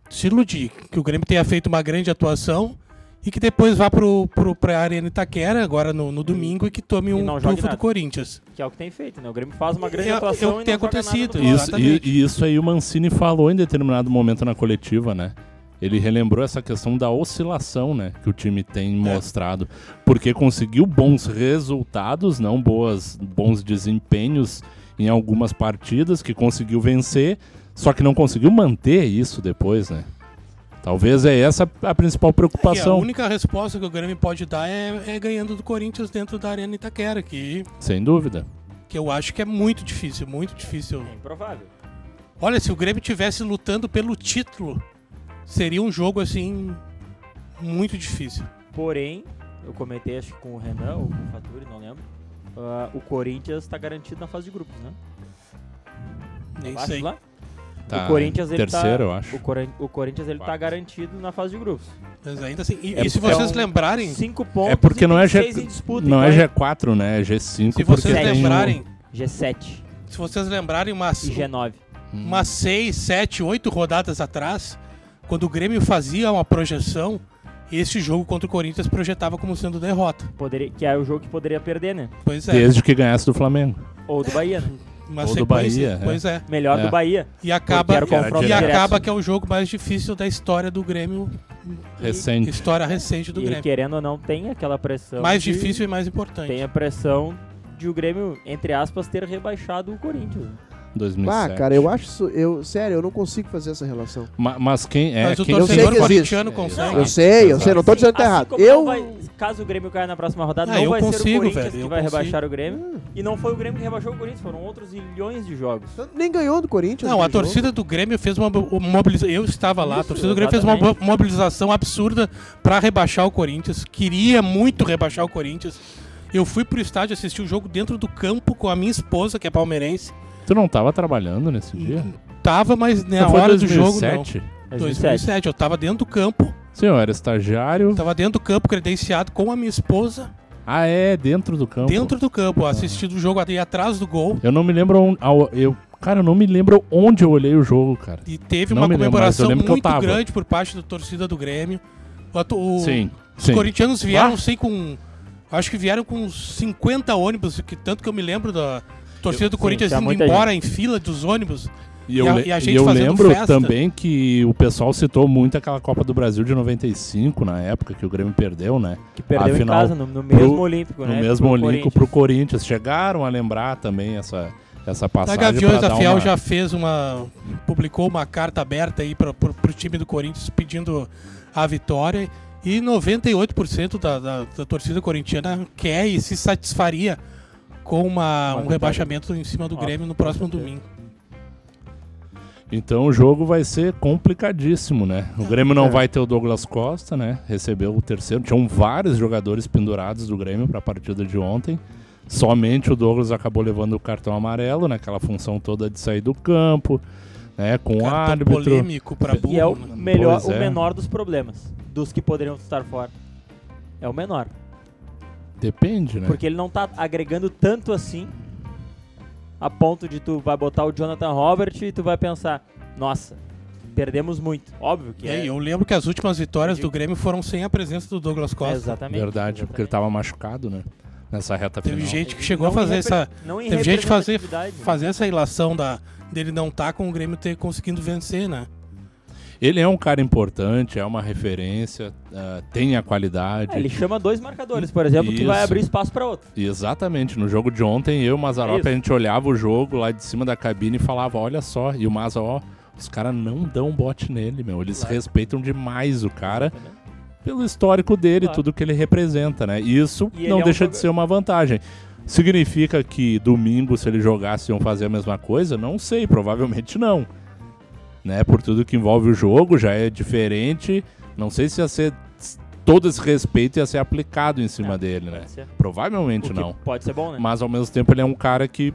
Speaker 3: Se iludir. Que o Grêmio tenha feito uma grande atuação e que depois vá pro, pro, pra Arena Itaquera, agora no, no domingo, e que tome um
Speaker 4: não jogue
Speaker 3: trufo do
Speaker 4: nada.
Speaker 3: Corinthians.
Speaker 4: Que é o que tem feito, né? O Grêmio faz uma grande
Speaker 3: É- é o
Speaker 4: atuação
Speaker 3: que
Speaker 4: e
Speaker 3: tem
Speaker 4: não joga
Speaker 3: acontecido.
Speaker 4: Nada do lado.
Speaker 2: Isso, e,
Speaker 3: Exatamente.
Speaker 2: e isso aí o Mancini falou em determinado momento na coletiva, né? Ele relembrou essa questão da oscilação, né? Que o time tem
Speaker 3: É.
Speaker 2: mostrado. Porque conseguiu bons resultados, não boas, bons desempenhos em algumas partidas, que conseguiu vencer, só que não conseguiu manter isso depois, né? Talvez é essa a principal
Speaker 3: E É, a
Speaker 2: preocupação.
Speaker 3: única resposta que o Grêmio pode dar é, é ganhando do Corinthians dentro da Arena Itaquera, que,
Speaker 2: Sem dúvida.
Speaker 3: que eu acho que é muito difícil, muito difícil.
Speaker 4: É improvável.
Speaker 3: Olha, se o Grêmio tivesse lutando pelo título, seria um jogo assim muito difícil.
Speaker 4: Porém, eu comentei acho que com o Renan ou com o Faturi, não lembro. ah, o Corinthians tá garantido na fase de grupos, né?
Speaker 3: Nem
Speaker 4: Abaixo
Speaker 3: sei.
Speaker 4: lá?
Speaker 2: Tá
Speaker 4: o Corinthians ele
Speaker 2: terceiro,
Speaker 4: tá,
Speaker 2: eu acho.
Speaker 4: O, Coran- o Corinthians ele tá
Speaker 2: Quarto.
Speaker 4: garantido na fase de grupos.
Speaker 3: Mas ainda assim. E,
Speaker 2: É-
Speaker 3: e se
Speaker 2: é
Speaker 3: vocês
Speaker 4: um-
Speaker 3: lembrarem,
Speaker 4: Cinco pontos.
Speaker 2: É porque
Speaker 4: e
Speaker 2: não é, G...
Speaker 4: 26 em disputa,
Speaker 2: não é
Speaker 4: então
Speaker 2: G4, né? É G5.
Speaker 3: se
Speaker 2: porque
Speaker 3: vocês
Speaker 2: tem um o-
Speaker 3: lembrarem,
Speaker 4: G7
Speaker 3: se vocês lembrarem umas,
Speaker 4: e G9.
Speaker 3: umas seis, sete, oito rodadas atrás, quando o Grêmio fazia uma projeção, esse jogo contra o Corinthians projetava como sendo derrota.
Speaker 4: Poderia, que é o jogo que poderia perder, né?
Speaker 3: Pois é.
Speaker 2: Desde que ganhasse do Flamengo.
Speaker 4: Ou do Bahia, né?
Speaker 3: Uma
Speaker 2: Ou do
Speaker 3: sequência.
Speaker 2: Bahia, é.
Speaker 3: Pois é.
Speaker 4: Melhor
Speaker 2: É.
Speaker 4: do Bahia.
Speaker 3: E acaba,
Speaker 4: era o confronto
Speaker 3: e
Speaker 4: direto.
Speaker 3: acaba que é o jogo mais difícil da história do Grêmio,
Speaker 2: Recente.
Speaker 3: história recente do
Speaker 4: e
Speaker 3: Grêmio.
Speaker 4: querendo ou não, tem aquela pressão.
Speaker 3: Mais
Speaker 4: de-
Speaker 3: difícil e mais importante.
Speaker 4: Tem a pressão de o Grêmio, entre aspas, ter rebaixado o Corinthians.
Speaker 2: 2007.
Speaker 1: Ah, cara, eu acho isso. Eu, sério, eu não consigo fazer essa relação.
Speaker 2: Ma- mas quem é
Speaker 3: Mas o
Speaker 2: quem
Speaker 1: torcedor
Speaker 2: eu sei que
Speaker 1: existe.
Speaker 3: corintiano
Speaker 2: É,
Speaker 3: consegue.
Speaker 2: Ah,
Speaker 1: eu sei, eu
Speaker 2: exato.
Speaker 1: sei, não tô dizendo que tá
Speaker 4: Assim
Speaker 1: errado.
Speaker 4: como não
Speaker 1: Eu.
Speaker 4: vai- caso o Grêmio caia na próxima rodada,
Speaker 3: Ah,
Speaker 4: não
Speaker 3: eu
Speaker 4: vai ser
Speaker 3: consigo,
Speaker 4: o Corinthians
Speaker 3: velho, eu
Speaker 4: que vai
Speaker 3: consigo. Hum.
Speaker 4: rebaixar o Grêmio. E não foi o Grêmio que rebaixou o Corinthians, foram outros milhões de jogos.
Speaker 1: Nem ganhou do Corinthians.
Speaker 3: Não, a
Speaker 1: aquele jogo.
Speaker 3: torcida do Grêmio fez uma mo- mobilização. Eu estava lá, a
Speaker 4: Isso,
Speaker 3: torcida do Grêmio fez uma mo-
Speaker 4: exatamente.
Speaker 3: mobilização absurda para rebaixar o Corinthians. Queria muito rebaixar o Corinthians. Eu fui pro estádio assistir o jogo dentro do campo com a minha esposa, que é palmeirense.
Speaker 2: Tu não tava trabalhando nesse dia?
Speaker 3: Tava, mas na
Speaker 2: Tu foi
Speaker 3: hora do jogo não.
Speaker 2: 2007?
Speaker 4: 2007.
Speaker 3: 2007, eu tava dentro do campo,
Speaker 2: Sim, eu era estagiário.
Speaker 3: tava dentro do campo credenciado com a minha esposa,
Speaker 2: Ah, é, dentro do campo.
Speaker 3: dentro do
Speaker 2: Ah.
Speaker 3: campo, assistindo o jogo ali atrás do gol.
Speaker 2: Eu não me lembro onde. ao- Eu, cara, eu não me lembro onde eu olhei o jogo, cara.
Speaker 3: E teve
Speaker 2: Não
Speaker 3: uma
Speaker 2: me lembro, mas eu
Speaker 3: comemoração
Speaker 2: lembro que eu
Speaker 3: muito
Speaker 2: tava.
Speaker 3: grande por parte da torcida do Grêmio. O atu- o-
Speaker 2: sim,
Speaker 3: Os
Speaker 2: sim.
Speaker 3: corintianos vieram,
Speaker 2: Ah.
Speaker 3: sei, com. Acho que vieram com uns 50 ônibus, que tanto que eu me lembro da torcida do
Speaker 4: sim,
Speaker 3: Corinthians
Speaker 4: tinha
Speaker 3: indo
Speaker 4: muita
Speaker 3: embora em fila dos ônibus.
Speaker 2: E eu,
Speaker 3: e a-
Speaker 2: le-
Speaker 3: e a
Speaker 2: e
Speaker 3: gente
Speaker 2: eu
Speaker 3: fazendo
Speaker 2: lembro
Speaker 3: festa.
Speaker 2: também que o pessoal citou muito aquela Copa do Brasil de 95, na época que o Grêmio perdeu, né?
Speaker 4: Que perdeu
Speaker 2: Afinal,
Speaker 4: em casa, no, no mesmo
Speaker 2: pro-
Speaker 4: Olímpico,
Speaker 2: No
Speaker 4: né?
Speaker 2: mesmo
Speaker 4: pro
Speaker 2: Olímpico
Speaker 4: Corinthians.
Speaker 2: pro Corinthians. Chegaram a lembrar também essa, essa
Speaker 3: A
Speaker 2: passagem.
Speaker 3: Tá Gaviões
Speaker 2: pra
Speaker 3: da
Speaker 2: dar
Speaker 3: Fiel
Speaker 2: uma-
Speaker 3: já fez uma. publicou uma carta aberta aí pra, pro, pro time do Corinthians pedindo a vitória. E 98% da, da, da torcida corintiana quer e se satisfaria com uma- um
Speaker 4: vitória.
Speaker 3: rebaixamento em cima do
Speaker 4: Ah,
Speaker 3: Grêmio no próximo
Speaker 4: certeza.
Speaker 3: domingo.
Speaker 2: Então o jogo vai ser complicadíssimo, né? O Grêmio não
Speaker 1: É.
Speaker 2: vai ter o Douglas Costa, né? Recebeu o terceiro. Tinham vários jogadores pendurados do Grêmio para a partida de ontem. Somente o Douglas acabou levando o cartão amarelo, naquela função toda de sair do campo, né? Com o
Speaker 3: Cartão
Speaker 2: árbitro.
Speaker 3: polêmico pra burro.
Speaker 4: Um E é o
Speaker 3: né?
Speaker 4: melhor,
Speaker 2: Pois
Speaker 4: o
Speaker 2: é.
Speaker 4: menor dos problemas, dos que poderiam estar fora. É o menor.
Speaker 2: Depende, né?
Speaker 4: Porque ele não tá agregando tanto assim a ponto de tu vai botar o Jonathan Robert e tu vai pensar, nossa, perdemos muito. Óbvio que
Speaker 3: É,
Speaker 4: é.
Speaker 3: eu lembro que as últimas vitórias do Grêmio foram sem a presença do Douglas
Speaker 4: é
Speaker 3: Costa.
Speaker 4: exatamente.
Speaker 2: Verdade, porque ele tava machucado, né? Nessa reta
Speaker 3: Teve
Speaker 2: final.
Speaker 3: gente que chegou a
Speaker 4: Não em
Speaker 3: fazer
Speaker 4: repre-
Speaker 3: essa,
Speaker 4: Não em
Speaker 3: teve gente que fazer-
Speaker 4: representatividade, né?
Speaker 3: fazer essa ilação da, dele não tá com o Grêmio ter conseguindo vencer, né?
Speaker 2: Ele é um cara importante, é uma referência, ah, tem a qualidade.
Speaker 1: É,
Speaker 4: Ah, ele chama dois marcadores, por exemplo, que vai
Speaker 2: Isso.
Speaker 4: abrir espaço pra outro.
Speaker 2: E Exatamente, no jogo de ontem eu e o
Speaker 4: É
Speaker 2: Mazarop,
Speaker 4: isso.
Speaker 2: a gente olhava o jogo lá de cima da cabine e falava, olha só, e o Maza, ó, os caras não dão bote nele, meu. Eles
Speaker 4: Claro.
Speaker 2: respeitam demais o cara
Speaker 4: entendeu?
Speaker 2: pelo histórico dele,
Speaker 4: Claro.
Speaker 2: tudo que ele representa, né? E isso
Speaker 4: E ele
Speaker 2: não
Speaker 4: é um
Speaker 2: deixa de
Speaker 4: jogador-
Speaker 2: ser uma vantagem. Significa que domingo, se ele jogasse, iam fazer a mesma coisa? Não sei, provavelmente não. Né? Por tudo que envolve o jogo, já é diferente. Não sei se ia ser. Todo esse respeito ia ser aplicado em cima
Speaker 4: É,
Speaker 2: dele, né?
Speaker 4: Pode ser. O
Speaker 2: Provavelmente
Speaker 4: que
Speaker 2: não.
Speaker 4: Pode ser bom, né?
Speaker 2: Mas ao mesmo tempo ele é um cara que,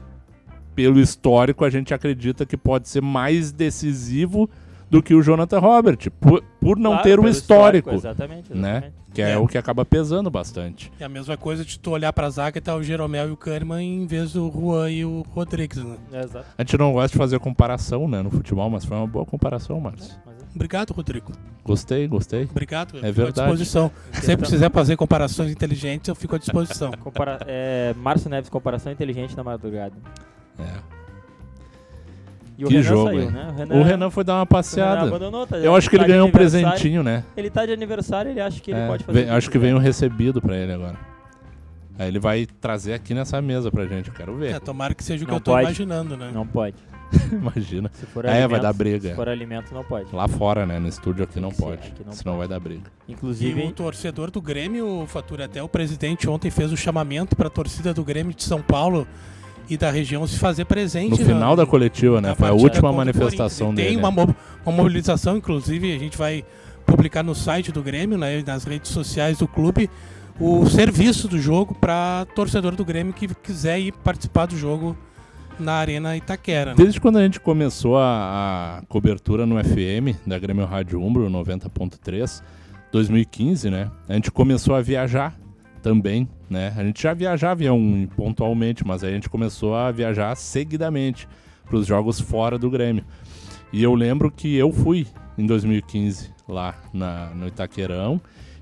Speaker 2: pelo histórico, a gente acredita que pode ser mais decisivo do que o Jonathan Robert, por, por não
Speaker 4: Claro,
Speaker 2: ter um
Speaker 4: pelo
Speaker 2: histórico,
Speaker 4: Exatamente,
Speaker 2: né?
Speaker 4: exatamente.
Speaker 2: Que é,
Speaker 3: É.
Speaker 2: o que acaba pesando bastante.
Speaker 3: É a mesma coisa de tu olhar pra zaga e tá o Jeromel e o Kahneman em vez do Juan e o Rodrigues, né?
Speaker 4: É, exato.
Speaker 2: A gente não gosta de fazer comparação, né, no futebol, mas foi uma boa comparação, Marcos.
Speaker 4: Mas é
Speaker 3: Obrigado, Rodrigo.
Speaker 2: Gostei, gostei.
Speaker 3: Obrigado. eu
Speaker 2: É
Speaker 3: fico
Speaker 2: verdade.
Speaker 3: à disposição.
Speaker 4: é-
Speaker 3: Sempre quiser fazer comparações inteligentes, eu fico à disposição.
Speaker 4: Compara é, Márcio Neves, comparação inteligente na madrugada.
Speaker 2: É.
Speaker 4: E o
Speaker 2: Que
Speaker 4: Renan
Speaker 2: jogo,
Speaker 4: saiu,
Speaker 2: hein?
Speaker 4: né?
Speaker 2: O Renan foi dar uma
Speaker 4: o Renan é
Speaker 2: passeada.
Speaker 4: abandonou, tá-
Speaker 2: Eu acho que
Speaker 4: tá
Speaker 2: ele
Speaker 4: de
Speaker 2: ganhou um
Speaker 4: aniversário.
Speaker 2: presentinho, né?
Speaker 4: Ele tá de aniversário, ele acha que ele
Speaker 2: É,
Speaker 4: pode fazer. né?
Speaker 2: vem-
Speaker 4: o
Speaker 2: acho que
Speaker 4: quiser.
Speaker 2: vem um recebido pra ele agora. Aí ele vai trazer aqui nessa mesa pra gente, eu quero ver.
Speaker 3: É, tomara que seja o que
Speaker 4: Não
Speaker 3: eu tô
Speaker 4: pode.
Speaker 3: imaginando, né?
Speaker 4: Não pode.
Speaker 2: Imagina.
Speaker 4: Se for
Speaker 2: um- É, vai
Speaker 4: alimento,
Speaker 2: dar briga.
Speaker 4: Se for alimento, não pode.
Speaker 2: Lá fora, né? No estúdio aqui
Speaker 4: Tem
Speaker 2: não
Speaker 4: que ser,
Speaker 2: pode.
Speaker 4: aqui não
Speaker 2: senão vai
Speaker 4: pode.
Speaker 2: dar briga.
Speaker 3: E
Speaker 4: Inclusive,
Speaker 3: o torcedor do Grêmio, Fatura, até o presidente ontem fez o chamamento para a torcida do Grêmio de São Paulo e da região se fazer presente.
Speaker 2: No
Speaker 3: na-
Speaker 2: final da coletiva, né?
Speaker 3: na
Speaker 2: Foi a
Speaker 3: partida
Speaker 2: última
Speaker 3: contra o
Speaker 2: manifestação
Speaker 3: Corinthians.
Speaker 2: dele.
Speaker 3: Tem
Speaker 2: né?
Speaker 3: uma, mo- uma mobilização, inclusive, a gente vai publicar no site do Grêmio, né, e nas redes sociais do clube, o serviço do jogo para torcedor do Grêmio que quiser ir participar do jogo na Arena Itaquera. né.
Speaker 2: Desde quando a gente começou a, a cobertura no FM da Grêmio Rádio Umbro 90.3, 2015, né? A gente começou a viajar também, né? A gente já viajava avião pontualmente, mas aí a gente começou a viajar seguidamente para os jogos fora do Grêmio. E eu lembro que eu fui em 2015 lá na- no Itaquerão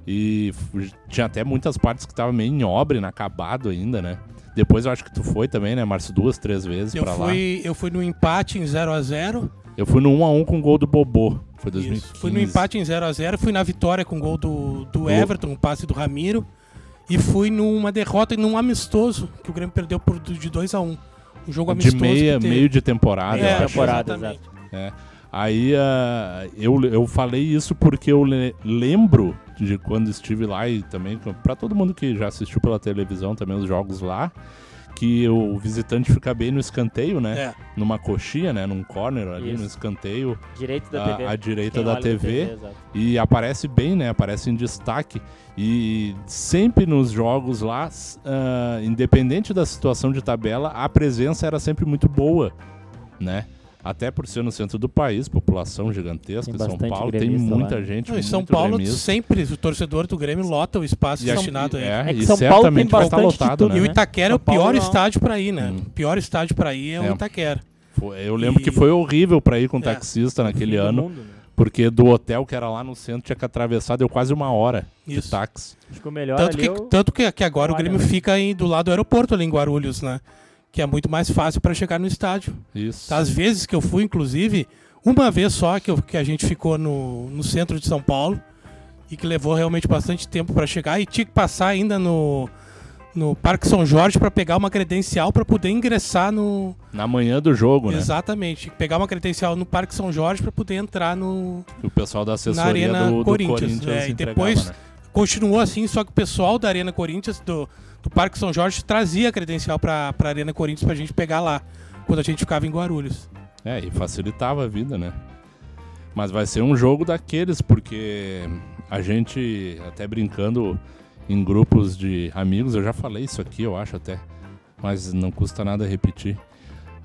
Speaker 2: e f- tinha até muitas partes que estavam meio em obra, inacabado ainda, né? Depois eu acho que tu foi também, né, Márcio? Duas, três vezes
Speaker 3: Eu
Speaker 2: pra lá.
Speaker 3: fui, eu fui no empate em 0 a 0
Speaker 2: Eu fui no 1x1 com o gol do Bobô. Foi
Speaker 3: Isso.
Speaker 2: 2015.
Speaker 3: Fui no empate em 0 a 0 fui na vitória com o gol do, do Everton, um passe do Ramiro. E fui numa derrota e num amistoso, que o Grêmio perdeu por, de 2 a 1 Um jogo
Speaker 2: de
Speaker 3: amistoso.
Speaker 2: meia,
Speaker 3: que teve.
Speaker 2: meio de temporada,
Speaker 3: É,
Speaker 2: eu acho.
Speaker 4: temporada,
Speaker 3: exatamente.
Speaker 4: exato.
Speaker 2: Aí ah, eu, eu falei isso porque eu le- lembro de quando estive lá e também para todo mundo que já assistiu pela televisão também os jogos lá, que o visitante fica bem no escanteio, né?
Speaker 3: É.
Speaker 2: Numa coxinha, né? Num corner ali,
Speaker 4: Isso.
Speaker 2: no escanteio,
Speaker 4: Direito da TV.
Speaker 2: à à direita
Speaker 4: Quem
Speaker 2: da
Speaker 4: olha
Speaker 2: TV.
Speaker 4: exato.
Speaker 2: E aparece bem, né? Aparece em destaque. E sempre nos jogos lá, s- ah, independente da situação de tabela, a presença era sempre muito boa, né? Até por ser no centro do país, população gigantesca,
Speaker 4: Tem
Speaker 2: São
Speaker 4: bastante
Speaker 2: Paulo tem
Speaker 4: gremista
Speaker 2: muita
Speaker 4: lá, né?
Speaker 2: gente.
Speaker 3: Não, em
Speaker 2: muito
Speaker 3: São Paulo,
Speaker 2: gremista.
Speaker 3: sempre o torcedor do Grêmio lota o espaço
Speaker 2: E acho-
Speaker 3: destinado a ele.
Speaker 2: é,
Speaker 4: É que
Speaker 2: e
Speaker 4: São Paulo tem
Speaker 2: certamente vai estar
Speaker 4: bastante de
Speaker 2: lotado,
Speaker 4: tudo,
Speaker 2: né?
Speaker 4: né?
Speaker 3: E o Itaquera é o
Speaker 4: São Paulo
Speaker 3: pior
Speaker 4: não.
Speaker 3: estádio pra ir, né?
Speaker 2: Hum.
Speaker 3: O pior estádio pra ir é o
Speaker 2: É.
Speaker 3: Itaquera.
Speaker 2: Foi- Eu lembro
Speaker 3: E-
Speaker 2: que foi horrível pra ir
Speaker 3: É.
Speaker 2: com taxista naquele
Speaker 4: Todo
Speaker 2: ano,
Speaker 4: mundo, né?
Speaker 2: porque do hotel que era lá no centro tinha que atravessar, deu quase uma hora de
Speaker 3: Isso.
Speaker 2: táxi.
Speaker 4: Acho que o melhor
Speaker 3: Tanto
Speaker 4: ali
Speaker 3: que,
Speaker 4: é o-
Speaker 3: tanto que, que agora o
Speaker 4: Olha,
Speaker 3: Grêmio
Speaker 4: né?
Speaker 3: fica aí do lado do aeroporto, ali em Guarulhos, né? Que é muito mais fácil pra chegar no estádio.
Speaker 2: Isso.
Speaker 3: Tá, Às vezes que eu fui, inclusive, uma vez só que, eu- que a gente ficou no, no centro de São Paulo e que levou realmente bastante tempo para chegar e tinha que passar ainda no, no Parque São Jorge para pegar uma credencial para poder ingressar no.
Speaker 2: Na manhã do jogo, né?
Speaker 3: Exatamente, tinha que pegar uma credencial no Parque São Jorge para poder entrar no.
Speaker 2: E O pessoal da assessoria
Speaker 3: Na Arena
Speaker 2: do, do Corinthians,
Speaker 3: Corinthians, né? E
Speaker 2: entregava,
Speaker 3: depois-
Speaker 2: né?
Speaker 3: Continuou assim, só que o pessoal da Arena Corinthians, do, do Parque São Jorge, trazia a credencial para a Arena Corinthians para a gente pegar lá, quando a gente ficava em Guarulhos.
Speaker 2: É, e facilitava a vida, né? Mas vai ser um jogo daqueles, porque a gente, até brincando em grupos de amigos, eu já falei isso aqui, eu acho até, mas não custa nada repetir.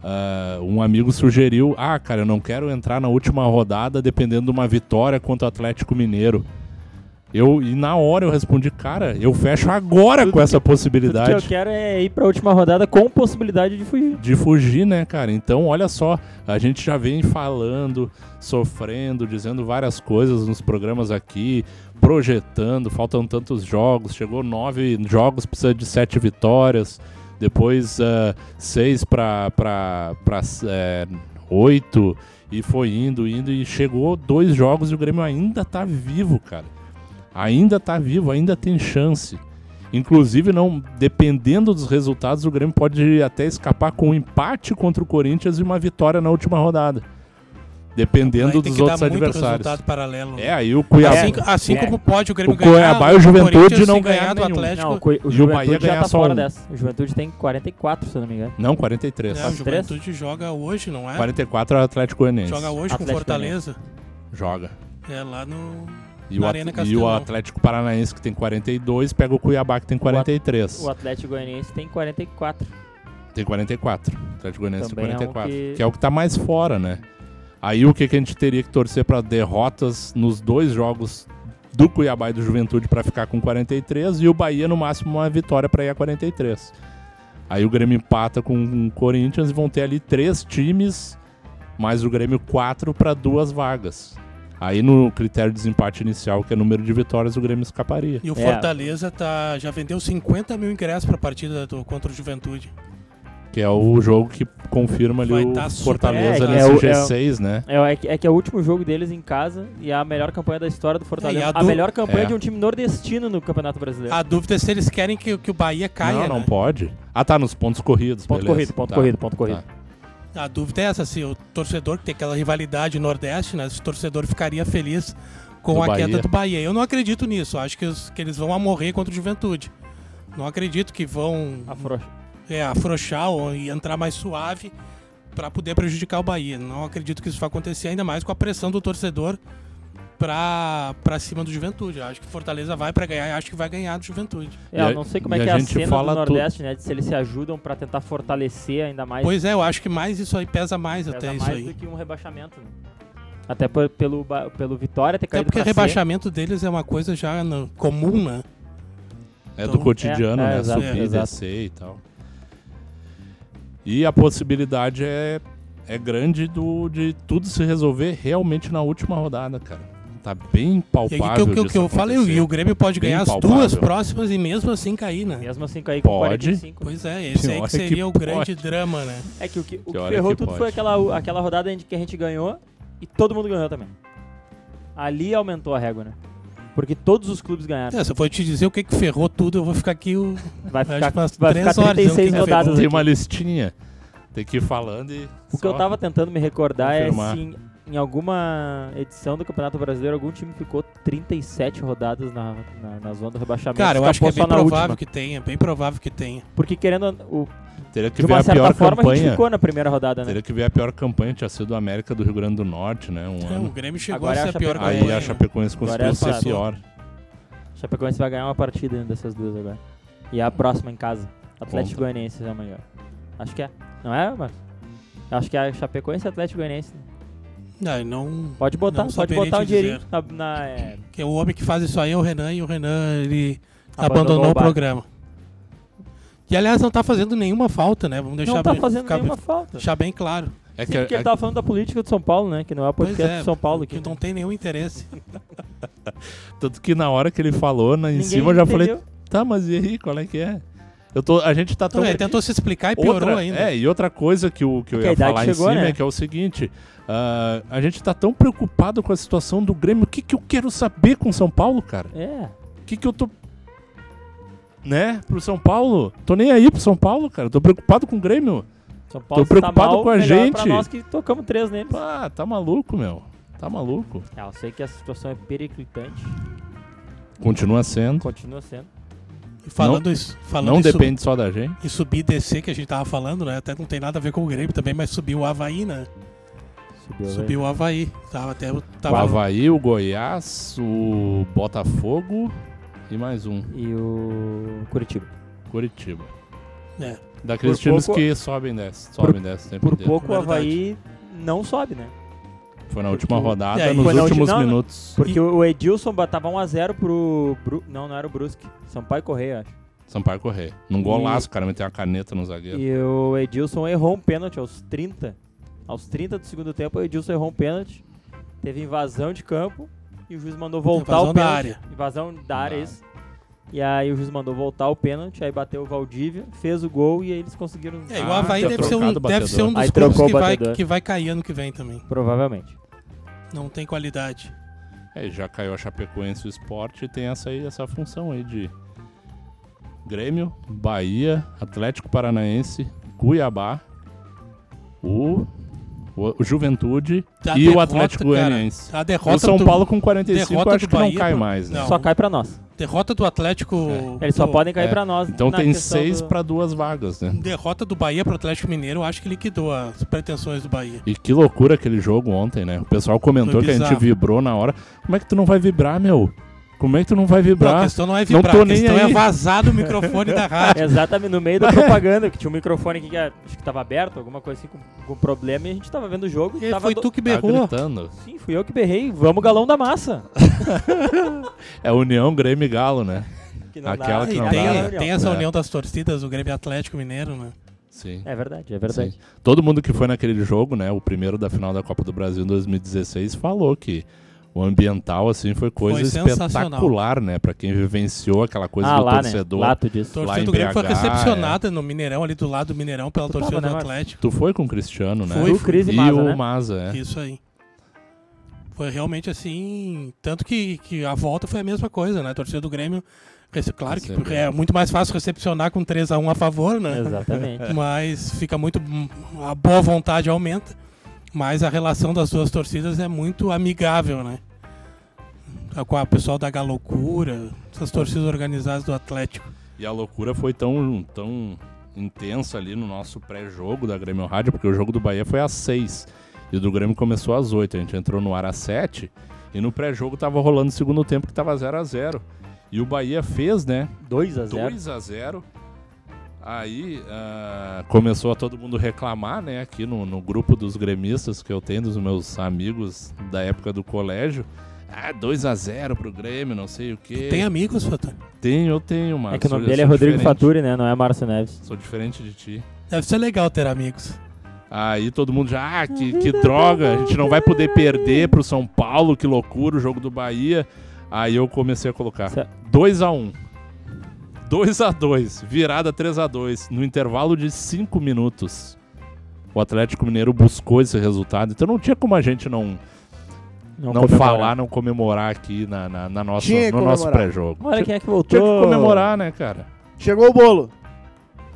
Speaker 2: Ah, um amigo sugeriu: Ah, cara, eu não quero entrar na última rodada dependendo de uma vitória contra o Atlético Mineiro. Eu, e na hora eu respondi: Cara, eu fecho agora com essa
Speaker 4: Tudo que
Speaker 2: possibilidade.
Speaker 4: eu quero é ir pra última rodada com possibilidade de fugir.
Speaker 2: de fugir, né, cara? Então, olha só, a gente já vem falando, sofrendo, dizendo várias coisas nos programas aqui, projetando, faltam tantos jogos, chegou nove jogos, precisa de sete vitórias, depois ah, seis para é, oito, e foi indo, indo, e chegou dois jogos e o Grêmio ainda tá vivo, cara. Ainda tá vivo, ainda tem chance. Inclusive, não dependendo dos resultados, o Grêmio pode até escapar com um empate contra o Corinthians e uma vitória na última rodada. Dependendo
Speaker 3: Aí tem
Speaker 2: dos
Speaker 3: que
Speaker 2: outros
Speaker 3: dar muito
Speaker 2: adversários.
Speaker 3: resultado paralelo.
Speaker 2: É, aí o Cuiabá.
Speaker 3: Assim, assim
Speaker 4: É.
Speaker 3: como pode o Grêmio
Speaker 2: O
Speaker 3: ganhar.
Speaker 2: Cuiabá e o Juventude
Speaker 3: Corinthians
Speaker 2: não
Speaker 3: se ganhar
Speaker 2: ganhar
Speaker 3: do
Speaker 2: nenhum.
Speaker 3: Atlético.
Speaker 4: Não, o, Cui- o
Speaker 2: E o Bahia
Speaker 4: Juventude já
Speaker 2: ganhar
Speaker 4: tá
Speaker 2: só
Speaker 4: fora
Speaker 2: um.
Speaker 4: dessa. O Juventude tem 44, se eu não me engano.
Speaker 2: Não, 43.
Speaker 3: É, o
Speaker 4: Faz
Speaker 3: Juventude joga hoje, não é?
Speaker 2: 44 é o Atlético Goianiense.
Speaker 3: Joga hoje com
Speaker 4: Atlético
Speaker 3: Fortaleza.
Speaker 2: Joga.
Speaker 3: É lá no.
Speaker 2: E o,
Speaker 3: Na
Speaker 2: At-
Speaker 3: Arena
Speaker 2: e
Speaker 3: Castelão.
Speaker 2: o Atlético Paranaense, que tem 42, pega o Cuiabá, que tem 43.
Speaker 4: O Atlético Goianiense tem 44.
Speaker 2: Tem 44. O Atlético Goianiense tem
Speaker 4: Também é um
Speaker 2: 44.
Speaker 4: que-
Speaker 2: que é o que tá mais fora, né? Aí o que, que a gente teria que torcer para derrotas nos dois jogos do Cuiabá e do Juventude para ficar com 43 e o Bahia no máximo uma vitória para ir a 43. Aí o Grêmio empata com o Corinthians e vão ter ali três times, mais o Grêmio quatro para duas vagas. Aí no critério de desempate inicial, que é número de vitórias, o Grêmio escaparia.
Speaker 3: E o
Speaker 4: É.
Speaker 3: Fortaleza tá, já vendeu 50 mil ingressos para a partida do, contra o Juventude.
Speaker 2: Que é o jogo que confirma ali
Speaker 3: Vai
Speaker 2: o
Speaker 3: tá super-
Speaker 2: Fortaleza
Speaker 4: É,
Speaker 2: nesse
Speaker 4: é o-
Speaker 2: G6, né?
Speaker 4: É, é que- é que é o último jogo deles em casa e é a melhor campanha da história do Fortaleza.
Speaker 3: É, e
Speaker 4: a,
Speaker 3: a do-
Speaker 4: melhor campanha
Speaker 2: É. Ah,
Speaker 4: de um time nordestino no Campeonato Brasileiro.
Speaker 3: A dúvida é se eles querem que, que o Bahia caia.
Speaker 2: não, não
Speaker 3: né?
Speaker 2: pode. Ah, tá, nos pontos corridos.
Speaker 4: Ponto
Speaker 2: beleza.
Speaker 4: corrido, ponto
Speaker 2: Tá,
Speaker 4: corrido, ponto corrido.
Speaker 2: tá.
Speaker 3: A dúvida é essa, se o torcedor que tem aquela rivalidade Nordeste, né? Se o torcedor ficaria feliz com
Speaker 2: Do
Speaker 3: a
Speaker 2: Bahia.
Speaker 3: queda do Bahia. Eu não acredito nisso. Acho que, os- que eles vão a morrer contra o Juventude. Não acredito que vão
Speaker 4: Afrouxa.
Speaker 3: é, afrouxar ou e entrar mais suave para poder prejudicar o Bahia. Não acredito que isso vai acontecer, ainda mais com a pressão do torcedor pra, pra cima do Juventude. Acho que o Fortaleza vai para ganhar, e acho que vai ganhar do Juventude.
Speaker 4: É,
Speaker 2: E
Speaker 4: eu
Speaker 2: a-
Speaker 4: não sei como é
Speaker 2: e a
Speaker 4: que é a
Speaker 2: gente
Speaker 4: cena
Speaker 2: fala
Speaker 4: do Nordeste, né? de Se eles se ajudam pra tentar fortalecer ainda mais.
Speaker 3: Pois é, eu acho que mais isso aí pesa
Speaker 2: é,
Speaker 3: mais
Speaker 4: pesa
Speaker 3: até isso
Speaker 4: mais
Speaker 3: aí.
Speaker 4: do que um rebaixamento. né? Até pe- pelo, Ba- pelo Vitória ter
Speaker 3: Até
Speaker 4: caído
Speaker 3: porque
Speaker 4: pra C.
Speaker 3: rebaixamento deles é uma coisa já no- comum, né?
Speaker 2: É do
Speaker 3: Então,
Speaker 2: cotidiano,
Speaker 4: é, é,
Speaker 2: né?
Speaker 4: exato,
Speaker 2: Subir,
Speaker 4: exato.
Speaker 2: descer e tal. E a possibilidade é, é grande do, de tudo se resolver realmente na última rodada, cara. Tá bem
Speaker 3: E
Speaker 2: palpável.
Speaker 3: aí, que, eu- que, eu-
Speaker 2: disso
Speaker 3: que eu falei,
Speaker 2: acontecer.
Speaker 3: e o Grêmio pode
Speaker 2: Bem
Speaker 3: ganhar as
Speaker 2: palpável.
Speaker 3: duas próximas e mesmo assim cair, né?
Speaker 4: Mesmo assim cair com
Speaker 2: Pode.
Speaker 4: 45.
Speaker 3: Pois é, esse aí
Speaker 2: Pior é
Speaker 3: que
Speaker 2: que
Speaker 3: seria o
Speaker 2: pode.
Speaker 3: grande drama, né?
Speaker 4: É que o que, o que
Speaker 2: Pior é
Speaker 4: ferrou
Speaker 2: que
Speaker 4: tudo
Speaker 2: pode.
Speaker 4: foi aquela, aquela rodada em que a gente ganhou e todo mundo ganhou também. Ali aumentou a régua, né? Porque todos os clubes ganharam.
Speaker 3: É, se eu for te dizer o que, que ferrou tudo, eu vou ficar aqui o.
Speaker 2: É,
Speaker 4: Vai
Speaker 3: acho
Speaker 4: ficar,
Speaker 3: que umas
Speaker 4: vai
Speaker 3: três
Speaker 4: ficar
Speaker 3: horas dizendo
Speaker 4: 36
Speaker 3: quem
Speaker 4: rodadas
Speaker 2: Tem
Speaker 4: aqui.
Speaker 2: uma listinha. Tem que ir falando e.
Speaker 4: O que eu
Speaker 2: só-
Speaker 4: tava tentando me recordar
Speaker 2: confirmar.
Speaker 4: é se em, em alguma edição do Campeonato Brasileiro algum time ficou 37 rodadas na, na, na zona do rebaixamento.
Speaker 3: Cara, eu acho que é bem
Speaker 4: escapou só na
Speaker 3: provável
Speaker 4: última.
Speaker 3: que tenha, bem provável que tenha.
Speaker 4: Porque querendo, o,
Speaker 2: Teria que
Speaker 4: de
Speaker 2: ver
Speaker 4: uma
Speaker 2: a
Speaker 4: certa
Speaker 2: pior
Speaker 4: forma, a gente
Speaker 2: campanha.
Speaker 4: ficou na primeira rodada, né?
Speaker 2: Teria que ver a pior campanha, tinha sido a América do Rio Grande do Norte, né? Um
Speaker 3: É, o
Speaker 2: ano.
Speaker 3: Grêmio chegou
Speaker 4: Agora é
Speaker 3: a
Speaker 4: a
Speaker 3: ser a pior
Speaker 4: Chapecoense.
Speaker 2: Aí
Speaker 3: campanha.
Speaker 2: a Chapecoense
Speaker 4: Agora é
Speaker 2: conseguiu ser
Speaker 4: fácil.
Speaker 2: pior.
Speaker 4: Chapecoense vai ganhar uma partida ainda dessas duas agora. E a próxima em casa. Atlético
Speaker 2: Contra.
Speaker 4: Goianiense é a maior. Acho que é. Não é, Marcos? Acho que é Chapecoense e Atlético Goianiense. né?
Speaker 3: Não, e não-
Speaker 4: Pode
Speaker 3: Não
Speaker 4: botar, pode
Speaker 3: saberia
Speaker 4: botar
Speaker 3: te
Speaker 4: um dinheirinho
Speaker 3: dizer.
Speaker 4: na, na- é,
Speaker 3: que o homem que faz isso aí é o Renan, e o Renan, ele
Speaker 4: Abandonou
Speaker 3: abandonou,
Speaker 4: o
Speaker 3: o
Speaker 4: barco.
Speaker 3: programa. E aliás, não tá fazendo nenhuma falta, né? Vamos deixar
Speaker 4: Não tá
Speaker 3: bem,
Speaker 4: fazendo
Speaker 3: ficar-
Speaker 4: nenhuma falta.
Speaker 3: deixar bem claro.
Speaker 2: É
Speaker 4: Sim, porque
Speaker 3: tá
Speaker 2: é-
Speaker 4: ele tava falando da política de São Paulo, né? Que não é o
Speaker 3: Pois
Speaker 4: podcast
Speaker 3: é,
Speaker 4: de São Paulo Então aqui.
Speaker 3: que não tem nenhum interesse.
Speaker 2: Tanto que na hora que ele falou, na, em
Speaker 4: Ninguém
Speaker 2: cima eu já falei,
Speaker 4: entendeu.
Speaker 2: tá, mas e aí, qual é que é? Eu tô, a gente tá tão.
Speaker 3: Então, ele tentou se explicar e piorou
Speaker 2: outra,
Speaker 3: ainda.
Speaker 2: É, e outra coisa que, o, que eu
Speaker 4: É que a
Speaker 2: ia
Speaker 4: idade
Speaker 2: falar em
Speaker 4: chegou,
Speaker 2: cima
Speaker 4: né?
Speaker 2: é que é o seguinte: ah, a gente tá tão preocupado com a situação do Grêmio, o que, que eu quero saber com São Paulo, cara?
Speaker 4: É.
Speaker 2: O que, que eu tô. Né? Pro São Paulo? Tô nem aí pro São Paulo, cara. Tô preocupado com o Grêmio.
Speaker 4: São Paulo
Speaker 2: Tô preocupado
Speaker 4: tá mal,
Speaker 2: com a
Speaker 4: melhor Pra
Speaker 2: gente.
Speaker 4: nós que tocamos três neles.
Speaker 2: Ah, tá maluco, meu. Tá maluco.
Speaker 4: Ah, eu sei que a situação é periclitante.
Speaker 2: Continua sendo.
Speaker 4: Continua sendo.
Speaker 3: E falando isso, falando
Speaker 2: Não
Speaker 3: isso,
Speaker 2: depende só da gente.
Speaker 3: E subir e descer, que a gente tava falando, né? Até não tem nada a ver com o Grêmio também, mas subiu o Havaí, né?
Speaker 4: Subiu.
Speaker 2: é.
Speaker 3: Subiu o Havaí. Tava até. eu
Speaker 2: O
Speaker 3: Tava...
Speaker 2: Havaí, o Goiás, o Botafogo e mais um,
Speaker 4: velho. E o Curitiba.
Speaker 2: Curitiba.
Speaker 3: É.
Speaker 2: Daqueles
Speaker 4: Por
Speaker 2: times
Speaker 4: pouco-
Speaker 2: que sobem e descem, sobem e descem o tempo
Speaker 4: Por
Speaker 2: inteiro.
Speaker 4: pouco o
Speaker 3: é Verdade.
Speaker 4: Havaí não sobe, né?
Speaker 2: Foi na última rodada,
Speaker 3: É, e
Speaker 2: nos
Speaker 4: foi na ulti-
Speaker 2: últimos
Speaker 4: não, não.
Speaker 2: minutos.
Speaker 4: Porque
Speaker 3: E-
Speaker 4: o Edilson ba- tava 1x0 pro. Bru- Não, não era o Brusque. Sampaio Correia, acho.
Speaker 2: Sampaio correr. Num golaço, o cara meteu uma caneta no zagueiro.
Speaker 4: E o Edilson errou um pênalti aos 30. Aos 30 do segundo tempo, o Edilson errou um pênalti. Teve invasão de campo e o juiz mandou voltar
Speaker 3: Invasão
Speaker 4: o
Speaker 3: da
Speaker 4: pênalti.
Speaker 3: área.
Speaker 4: Invasão da área,
Speaker 2: área.
Speaker 4: isso. E aí o juiz mandou voltar o pênalti, aí bateu o Valdívia, fez o gol e aí eles conseguiram.
Speaker 3: É, e o
Speaker 2: Ah,
Speaker 3: Havaí
Speaker 2: tinha
Speaker 3: deve, ser um,
Speaker 2: trocado o
Speaker 3: deve ser um
Speaker 4: batedor.
Speaker 3: dos
Speaker 4: Aí
Speaker 3: clubes
Speaker 4: trocou
Speaker 3: que
Speaker 4: o
Speaker 3: vai,
Speaker 4: batedor.
Speaker 3: que vai cair ano que vem também.
Speaker 4: Ah, Provavelmente.
Speaker 3: Não tem qualidade.
Speaker 2: É, já caiu a Chapecoense e o Sport e tem essa, aí, essa função aí de Grêmio, Bahia, Atlético Paranaense, Cuiabá, o, o Juventude
Speaker 3: A
Speaker 2: e o
Speaker 3: derrota,
Speaker 2: Atlético
Speaker 3: cara,
Speaker 2: Goianiense.
Speaker 3: A
Speaker 2: O
Speaker 3: derrota
Speaker 2: São
Speaker 3: do,
Speaker 2: Paulo com 45 eu
Speaker 3: derrota
Speaker 2: acho
Speaker 3: do
Speaker 2: que não
Speaker 3: Bahia
Speaker 2: cai
Speaker 3: pro-
Speaker 2: mais, né?
Speaker 3: Não.
Speaker 4: Só cai pra nós.
Speaker 3: Derrota do Atlético.
Speaker 4: Eles só
Speaker 3: do-
Speaker 4: podem cair
Speaker 2: É.
Speaker 4: pra nós.
Speaker 2: Então
Speaker 4: na
Speaker 2: tem
Speaker 4: questão
Speaker 2: seis
Speaker 4: do-
Speaker 2: pra duas vagas, né?
Speaker 3: Derrota do Bahia pro Atlético Mineiro, eu acho que liquidou as pretensões do Bahia.
Speaker 2: E que loucura aquele jogo ontem, né? O pessoal comentou
Speaker 3: Foi
Speaker 2: que a gente
Speaker 3: bizarro.
Speaker 2: vibrou na hora. Como é que tu não vai vibrar, meu? Como é que tu não vai
Speaker 3: Não,
Speaker 2: vibrar?
Speaker 3: a questão não é
Speaker 2: Não
Speaker 3: vibrar,
Speaker 2: tô
Speaker 3: a
Speaker 2: nem
Speaker 3: questão
Speaker 2: aí.
Speaker 3: é vazar do microfone
Speaker 2: (laughs)
Speaker 3: da rádio.
Speaker 4: Exatamente, no meio da propaganda, que tinha um microfone aqui que ah, acho que tava aberto, alguma coisa assim, com, com problema, e a gente tava vendo o jogo.
Speaker 3: E
Speaker 4: tava
Speaker 3: foi
Speaker 4: do-
Speaker 3: tu que
Speaker 2: Tá
Speaker 3: berrou.
Speaker 2: gritando.
Speaker 4: Sim, fui eu que berrei. Vamos galão da massa.
Speaker 2: É União, Grêmio e Galo, né?
Speaker 4: Que
Speaker 2: Aquela
Speaker 4: dá,
Speaker 2: que
Speaker 3: E
Speaker 2: não dá, né?
Speaker 4: aquela
Speaker 3: tem,
Speaker 4: reunião.
Speaker 3: tem essa
Speaker 2: É.
Speaker 3: união das torcidas, o Grêmio Atlético Mineiro, né?
Speaker 2: Sim.
Speaker 4: É verdade, é verdade.
Speaker 2: Sim. Todo mundo que foi naquele jogo, né, o primeiro da final da Copa do Brasil em 2016, falou que o ambiental assim foi coisa
Speaker 3: Foi sensacional.
Speaker 2: espetacular, né, Pra quem vivenciou aquela coisa
Speaker 4: ah,
Speaker 2: do
Speaker 4: lá,
Speaker 2: torcedor.
Speaker 4: né? Lá tu disse.
Speaker 3: A torcida
Speaker 2: em é.
Speaker 3: do Grêmio foi
Speaker 2: BH,
Speaker 3: recepcionada no Mineirão, ali do lado do Mineirão, pela
Speaker 4: Tu
Speaker 3: torcida
Speaker 4: tava, né,
Speaker 3: do
Speaker 4: Marcos?
Speaker 3: Atlético.
Speaker 2: Tu foi com o Cristiano, né?
Speaker 3: Foi,
Speaker 4: Tu, Cris e
Speaker 2: e
Speaker 4: Maza,
Speaker 2: o
Speaker 4: né?
Speaker 2: Maza, é.
Speaker 3: Isso aí. Foi realmente assim. Tanto que, que a volta foi a mesma coisa, né? A torcida do Grêmio. rece- Claro que
Speaker 2: Recebeu.
Speaker 3: é muito mais fácil recepcionar com 3x1 a favor, (laughs) né? (laughs)
Speaker 4: Exatamente.
Speaker 3: Mas fica muito. A boa vontade aumenta. Mas a relação das duas torcidas é muito amigável, né? Com o pessoal da Galocura, essas torcidas organizadas do Atlético.
Speaker 2: E a loucura foi tão, tão intensa ali no nosso pré-jogo da Grêmio Rádio, porque o jogo do Bahia foi às 6 e o do Grêmio começou às 8. A gente entrou no ar às 7 e no pré-jogo tava rolando o segundo tempo que tava 0 a 0 E o Bahia fez, né?
Speaker 4: 2x0.
Speaker 2: 2 a 0 Aí ah, começou a todo mundo reclamar, né? Aqui no, no grupo dos gremistas que eu tenho, dos meus amigos da época do colégio. Ah, 2 a 0 pro Grêmio, não sei o quê.
Speaker 3: Tem amigos, Fatan?
Speaker 2: Tenho, eu tenho, mano.
Speaker 4: É que o nome dele é Rodrigo Faturi, né? Não é Márcio Neves.
Speaker 2: Sou diferente de ti.
Speaker 3: Deve ser legal ter amigos.
Speaker 2: Aí todo mundo já, ah, que, que droga, a gente não vai poder perder pro São Paulo, que loucura, o jogo do Bahia. Aí eu comecei a colocar
Speaker 4: Certo.
Speaker 2: 2x1. 2x2, virada 3x2. No intervalo de 5 minutos, o Atlético Mineiro buscou esse resultado. Então não tinha como a gente não, não,
Speaker 4: comemorar.
Speaker 2: falar, não comemorar aqui na, na, na nossa,
Speaker 1: Tinha que
Speaker 2: no nosso
Speaker 1: comemorar.
Speaker 2: pré-jogo.
Speaker 4: Olha quem é que
Speaker 2: Tinha
Speaker 4: voltou.
Speaker 2: que comemorar, né, cara?
Speaker 1: Chegou o bolo.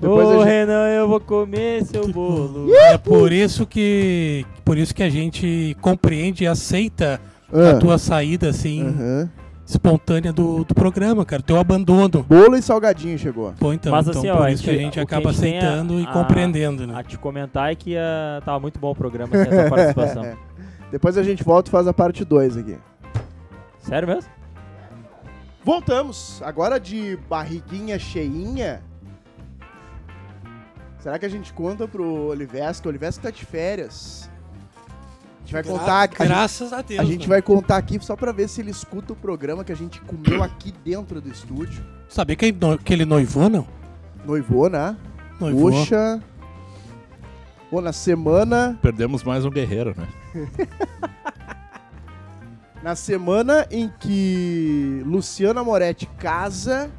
Speaker 1: Depois
Speaker 4: Ô,
Speaker 1: a gente-
Speaker 4: Renan, eu vou comer
Speaker 2: (laughs)
Speaker 4: seu bolo.
Speaker 3: É por isso que por isso que a gente compreende e aceita a
Speaker 1: Ah,
Speaker 3: tua saída assim
Speaker 1: aham.
Speaker 3: espontânea do, do programa, cara, teu abandono.
Speaker 1: Bolo e salgadinho chegou.
Speaker 3: Pô, então,
Speaker 4: Mas,
Speaker 3: então
Speaker 4: assim,
Speaker 3: por
Speaker 4: ó,
Speaker 3: isso que a
Speaker 4: gente-
Speaker 3: gente
Speaker 4: o que
Speaker 3: acaba
Speaker 4: a gente tem é
Speaker 3: aceitando e
Speaker 4: a-
Speaker 3: compreendendo, né?
Speaker 4: A te comentar é que ah, tava muito bom o programa sem essa
Speaker 2: (laughs)
Speaker 4: participação.
Speaker 1: (laughs) Depois a gente volta e faz a parte 2 aqui.
Speaker 4: Sério mesmo?
Speaker 1: Voltamos. Agora de barriguinha cheinha. Será que a gente conta pro Olivesco? O Olivesco tá de férias. A gente vai contar
Speaker 3: Gra-
Speaker 1: a gente-
Speaker 3: Graças a Deus.
Speaker 1: A gente
Speaker 3: né?
Speaker 1: vai contar aqui só pra ver se ele escuta o programa que a gente comeu aqui dentro do estúdio.
Speaker 3: Sabia que ele, no- que ele noivou, não?
Speaker 1: Noivou, né?
Speaker 3: Noivou.
Speaker 1: Poxa. Pô, na semana.
Speaker 2: Perdemos mais um guerreiro, né?
Speaker 1: Na semana em que Luciana Moretti casa.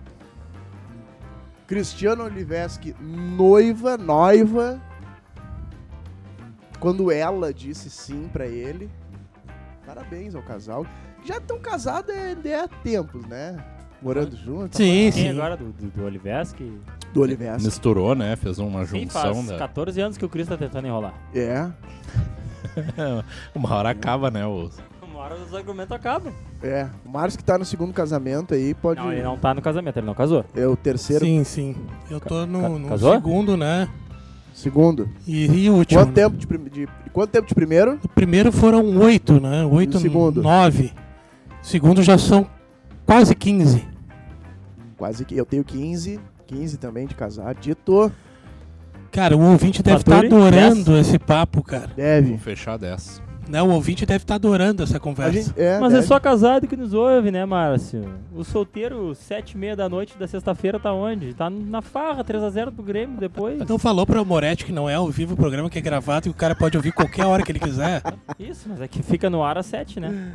Speaker 1: Cristiano Oliveski noiva, noiva. Quando ela disse sim pra ele. Parabéns ao casal. Já estão casados é, é há tempos, né? Morando junto.
Speaker 3: Sim,
Speaker 4: Quem
Speaker 3: sim.
Speaker 4: agora? Do, do, do Oliveski?
Speaker 1: Do Oliveski.
Speaker 2: Misturou, né? Fez uma
Speaker 4: Sim,
Speaker 2: junção.
Speaker 4: faz
Speaker 2: Da...
Speaker 4: 14 anos que o Cris tá tentando enrolar.
Speaker 1: É.
Speaker 2: É, uma hora acaba, né? Os...
Speaker 4: Uma hora os argumentos acabam.
Speaker 1: É, o Márcio que tá no segundo casamento aí pode.
Speaker 4: Não, ele não tá no casamento, ele não casou.
Speaker 1: É o terceiro.
Speaker 3: Sim, sim. Eu tô no, no
Speaker 4: casou?
Speaker 3: segundo, né?
Speaker 1: Segundo.
Speaker 3: E, e o último.
Speaker 1: Quanto tempo de, prim- de- de- quanto tempo de primeiro?
Speaker 3: O primeiro foram oito, né? Oito,
Speaker 1: E o segundo?
Speaker 3: nove. O segundo já são quase 15.
Speaker 1: Quase que. Eu tenho 15. 15 também de casar. Dito.
Speaker 3: Cara, o ouvinte deve estar
Speaker 4: Fatura, hein?
Speaker 3: adorando esse papo, cara.
Speaker 2: Vou
Speaker 1: Deve.
Speaker 2: fechar dessa.
Speaker 3: Né? O ouvinte deve estar adorando essa
Speaker 1: A
Speaker 3: conversa.
Speaker 1: gente, é,
Speaker 4: Mas é
Speaker 1: deve.
Speaker 4: só casado que nos ouve, né, Márcio? O solteiro, 7 e meia da noite da sexta-feira, tá onde? Tá na farra, 3x0 pro
Speaker 1: (laughs)
Speaker 4: Grêmio depois.
Speaker 3: Então falou para o Moretti que não é ao vivo o programa, que é gravado e o cara pode ouvir qualquer hora que
Speaker 1: (laughs)
Speaker 3: ele quiser.
Speaker 2: Ah.
Speaker 4: Isso, mas é que fica no ar às 7, né?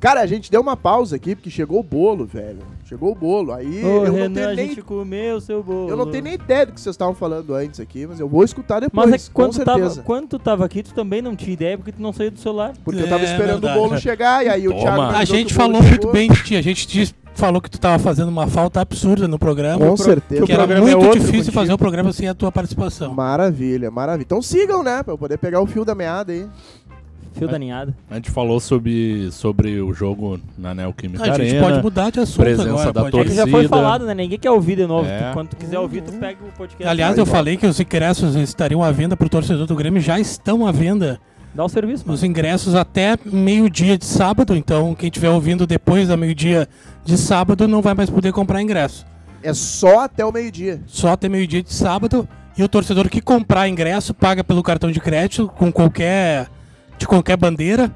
Speaker 1: Cara, a gente deu uma pausa aqui porque chegou o bolo, velho. Chegou o bolo. Aí
Speaker 4: Ô,
Speaker 1: eu, não
Speaker 4: Renan,
Speaker 1: tenho
Speaker 4: a
Speaker 1: nem,
Speaker 4: gente comeu seu bolo.
Speaker 1: eu não tenho nem ideia do que vocês estavam falando antes aqui, mas eu vou escutar depois.
Speaker 4: Mas é que
Speaker 1: com
Speaker 4: quando tu,
Speaker 1: certeza.
Speaker 4: tava, quando tu tava aqui, tu também não tinha ideia porque tu não saiu do celular.
Speaker 1: Porque eu tava
Speaker 3: É,
Speaker 1: esperando
Speaker 3: verdade.
Speaker 1: o bolo chegar e aí o
Speaker 2: Toma.
Speaker 1: Thiago. me
Speaker 2: A
Speaker 1: avisou
Speaker 3: A gente
Speaker 1: que o bolo
Speaker 3: falou muito
Speaker 1: chegou.
Speaker 3: bem de ti. A gente disse- falou que tu tava fazendo uma falta absurda no programa.
Speaker 1: Com certeza.
Speaker 3: né, que era
Speaker 1: programa é
Speaker 3: muito
Speaker 1: outro
Speaker 3: difícil
Speaker 1: contigo.
Speaker 3: fazer o programa sem a tua participação.
Speaker 1: Maravilha, maravilha. Então sigam, né? Pra eu poder pegar o fio da meada aí.
Speaker 4: Fio da ninhada.
Speaker 2: A gente falou sobre, sobre o jogo na Neoquímica
Speaker 3: a gente
Speaker 2: Arena.
Speaker 3: pode mudar de assunto
Speaker 2: presença
Speaker 3: agora.
Speaker 2: da
Speaker 3: pode.
Speaker 4: É que já foi
Speaker 2: Torcida.
Speaker 4: falado, né? Ninguém quer ouvir de novo.
Speaker 2: É.
Speaker 4: Tu- quando tu quiser ouvir,
Speaker 1: Uhum.
Speaker 4: tu pega o podcast.
Speaker 3: Aliás, eu falei que os ingressos estariam à venda para o torcedor do Grêmio, já estão à venda
Speaker 4: Dá um serviço, mano.
Speaker 3: Os ingressos até meio-dia de sábado, então quem estiver ouvindo depois da meio-dia de sábado não vai mais poder comprar ingresso.
Speaker 1: É só até o meio-dia.
Speaker 3: Só até meio-dia de sábado e o torcedor que comprar ingresso paga pelo cartão de crédito com qualquer de qualquer bandeira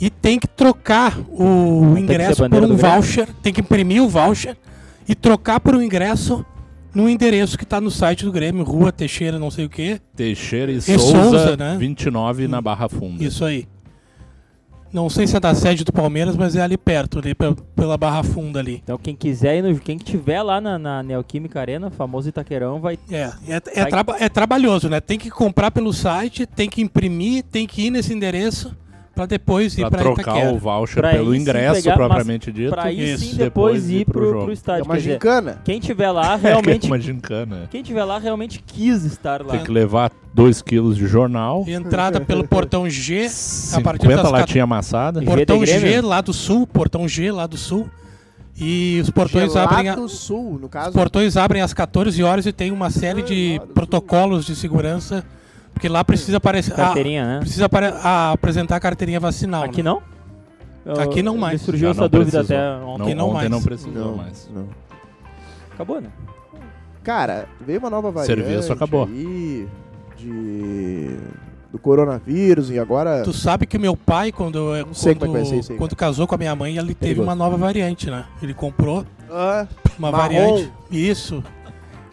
Speaker 3: e tem que trocar o
Speaker 4: tem que ser
Speaker 3: ingresso por
Speaker 4: bandeira
Speaker 3: um
Speaker 4: do Grêmio?
Speaker 3: voucher, tem que imprimir o voucher e trocar por um ingresso no endereço que está no site do Grêmio, Rua Teixeira, não sei o quê.
Speaker 2: Teixeira e, Souza,
Speaker 3: Souza, né?
Speaker 2: 29 na Barra Funda.
Speaker 3: Isso aí. Não sei se é da sede do Palmeiras, mas é ali perto, ali pe- pela Barra Funda ali.
Speaker 4: Então quem quiser, ir no- quem tiver lá na, na Neoquímica Arena, famoso Itaquerão, vai
Speaker 3: É, é, é,
Speaker 4: Vai-
Speaker 3: traba- é trabalhoso, né? Tem que comprar pelo site, tem que imprimir, tem que ir nesse endereço para depois ir
Speaker 2: Pra
Speaker 3: para
Speaker 2: trocar
Speaker 3: Itaquera.
Speaker 2: o voucher
Speaker 4: Pra
Speaker 2: pelo
Speaker 4: aí sim
Speaker 2: ingresso
Speaker 4: pegar, mas
Speaker 2: propriamente dito.
Speaker 4: pra aí sim
Speaker 3: isso.
Speaker 4: depois ir pro, pro,
Speaker 2: jogo.
Speaker 1: É
Speaker 4: estádio.
Speaker 1: uma
Speaker 4: Quer dizer,
Speaker 1: gincana.
Speaker 4: quem tiver lá
Speaker 2: (laughs) É (laughs)
Speaker 4: realmente.
Speaker 2: uma gincana.
Speaker 4: quem tiver lá realmente quis estar lá.
Speaker 2: né? Tem que levar 2 quilos de jornal,
Speaker 3: Entrada pelo portão G, a partir
Speaker 2: 50
Speaker 3: das
Speaker 2: latinha amassada.
Speaker 4: G
Speaker 3: portão
Speaker 4: de Grêmio?
Speaker 3: G lá do sul, portão G lá do sul. E os portões abrem a-
Speaker 1: Gelato Sul, no
Speaker 3: os
Speaker 1: caso.
Speaker 3: portões abrem às 14 horas e tem uma série de
Speaker 1: Claro, sim.
Speaker 3: protocolos de segurança, porque lá precisa aparecer a-
Speaker 4: Hum. Carteirinha, né?
Speaker 3: precisa apare- a- apresentar a carteirinha vacinal.
Speaker 4: Aqui
Speaker 3: né?
Speaker 4: não? Eu-
Speaker 3: Aqui não mais.
Speaker 4: me Surgiu
Speaker 2: Já
Speaker 4: essa
Speaker 2: não
Speaker 4: dúvida
Speaker 2: precisou.
Speaker 4: até
Speaker 2: Não,
Speaker 4: ontem.
Speaker 3: não
Speaker 2: ontem
Speaker 3: mais.
Speaker 2: não precisou
Speaker 1: Não,
Speaker 2: mais.
Speaker 1: não.
Speaker 4: Acabou, né?
Speaker 1: Cara, veio uma nova variante.
Speaker 2: Serviço acabou.
Speaker 1: aí de do coronavírus e agora
Speaker 3: Tu sabe que o meu pai, quando, quando,
Speaker 1: sei como é que vai ser isso aí,
Speaker 3: quando casou com a minha mãe, ele teve
Speaker 1: Perigoso.
Speaker 3: uma nova variante, né? Ele comprou
Speaker 1: Ah,
Speaker 3: uma
Speaker 1: Marrom.
Speaker 3: variante. Isso.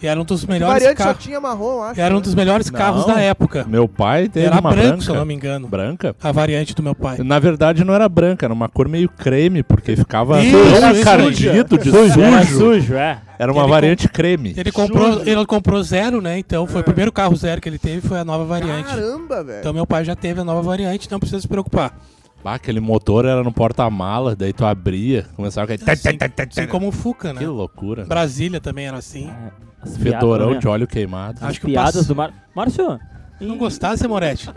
Speaker 3: E era um dos melhores
Speaker 1: variante só
Speaker 3: carros.
Speaker 1: tinha marrom, acho. né?
Speaker 3: Era um dos melhores
Speaker 2: Não.
Speaker 3: carros da época.
Speaker 2: Meu pai teve
Speaker 3: Era
Speaker 2: uma
Speaker 3: branco, se eu
Speaker 2: branca.
Speaker 3: não me engano.
Speaker 2: Branca?
Speaker 3: A variante do meu pai.
Speaker 2: Na verdade não era branca, era uma cor meio creme, porque ficava
Speaker 3: Isso,
Speaker 2: todo
Speaker 3: isso,
Speaker 2: encardido de
Speaker 4: Era
Speaker 2: sujo.
Speaker 4: sujo, é.
Speaker 2: Era uma
Speaker 3: Ele
Speaker 2: variante creme.
Speaker 3: Ele comprou, ele comprou zero, né? Então foi o primeiro carro zero que ele teve, foi a nova variante.
Speaker 1: É. Caramba, velho.
Speaker 3: Então meu pai já teve a nova variante, não precisa se preocupar.
Speaker 2: Bah, aquele motor era no porta-mala, daí tu abria, começava a
Speaker 3: Assim, assim como o Fuca, né?
Speaker 2: tá, Que loucura.
Speaker 3: Brasília também era assim.
Speaker 4: As
Speaker 2: Fedorão
Speaker 4: piadas,
Speaker 2: de
Speaker 4: né?
Speaker 2: óleo queimado.
Speaker 3: Acho
Speaker 4: As
Speaker 3: que o
Speaker 4: piadas
Speaker 3: passe-
Speaker 4: do Mar... Márcio,
Speaker 3: Não
Speaker 4: em-
Speaker 3: gostasse, Moretti?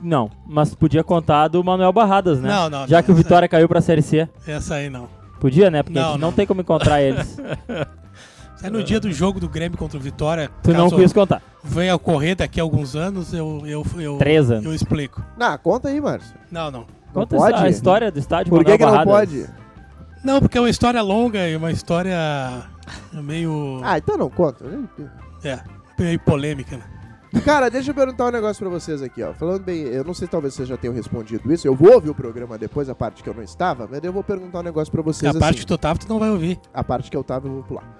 Speaker 4: não, mas podia contar do Manuel Barradas, né?
Speaker 3: Não, não,
Speaker 4: Já
Speaker 3: não,
Speaker 4: que o
Speaker 3: essa-
Speaker 4: Vitória caiu pra Série C.
Speaker 3: Essa aí não.
Speaker 4: Podia, né? Porque a
Speaker 3: Não,
Speaker 4: gente não
Speaker 3: não.
Speaker 4: tem como encontrar eles.
Speaker 3: Essa aí É no dia do jogo do Grêmio contra o Vitória,
Speaker 4: Tu não
Speaker 3: caso
Speaker 4: quis contar.
Speaker 3: venha a ocorrer daqui a alguns anos, eu, eu, eu,
Speaker 4: Três anos.
Speaker 3: eu explico.
Speaker 1: Não, conta aí, Márcio.
Speaker 3: Não, não.
Speaker 1: Não
Speaker 4: Conta
Speaker 1: pode?
Speaker 4: essa- a história do estádio
Speaker 1: Por que,
Speaker 4: Manuel
Speaker 1: que não
Speaker 4: Barradas.
Speaker 1: pode?
Speaker 3: Não, porque é uma história longa e uma história meio.
Speaker 1: Ah, então não conta.
Speaker 3: É, meio polêmica, né?
Speaker 1: Cara, deixa eu perguntar um negócio pra vocês aqui, ó. Falando bem, eu não sei talvez vocês já tenham respondido isso. Eu vou ouvir o programa depois, a parte que eu não estava, mas eu vou perguntar um negócio pra vocês
Speaker 3: A
Speaker 1: assim.
Speaker 3: parte que tu tava, tu não vai ouvir.
Speaker 1: A parte que eu tava, eu vou pular.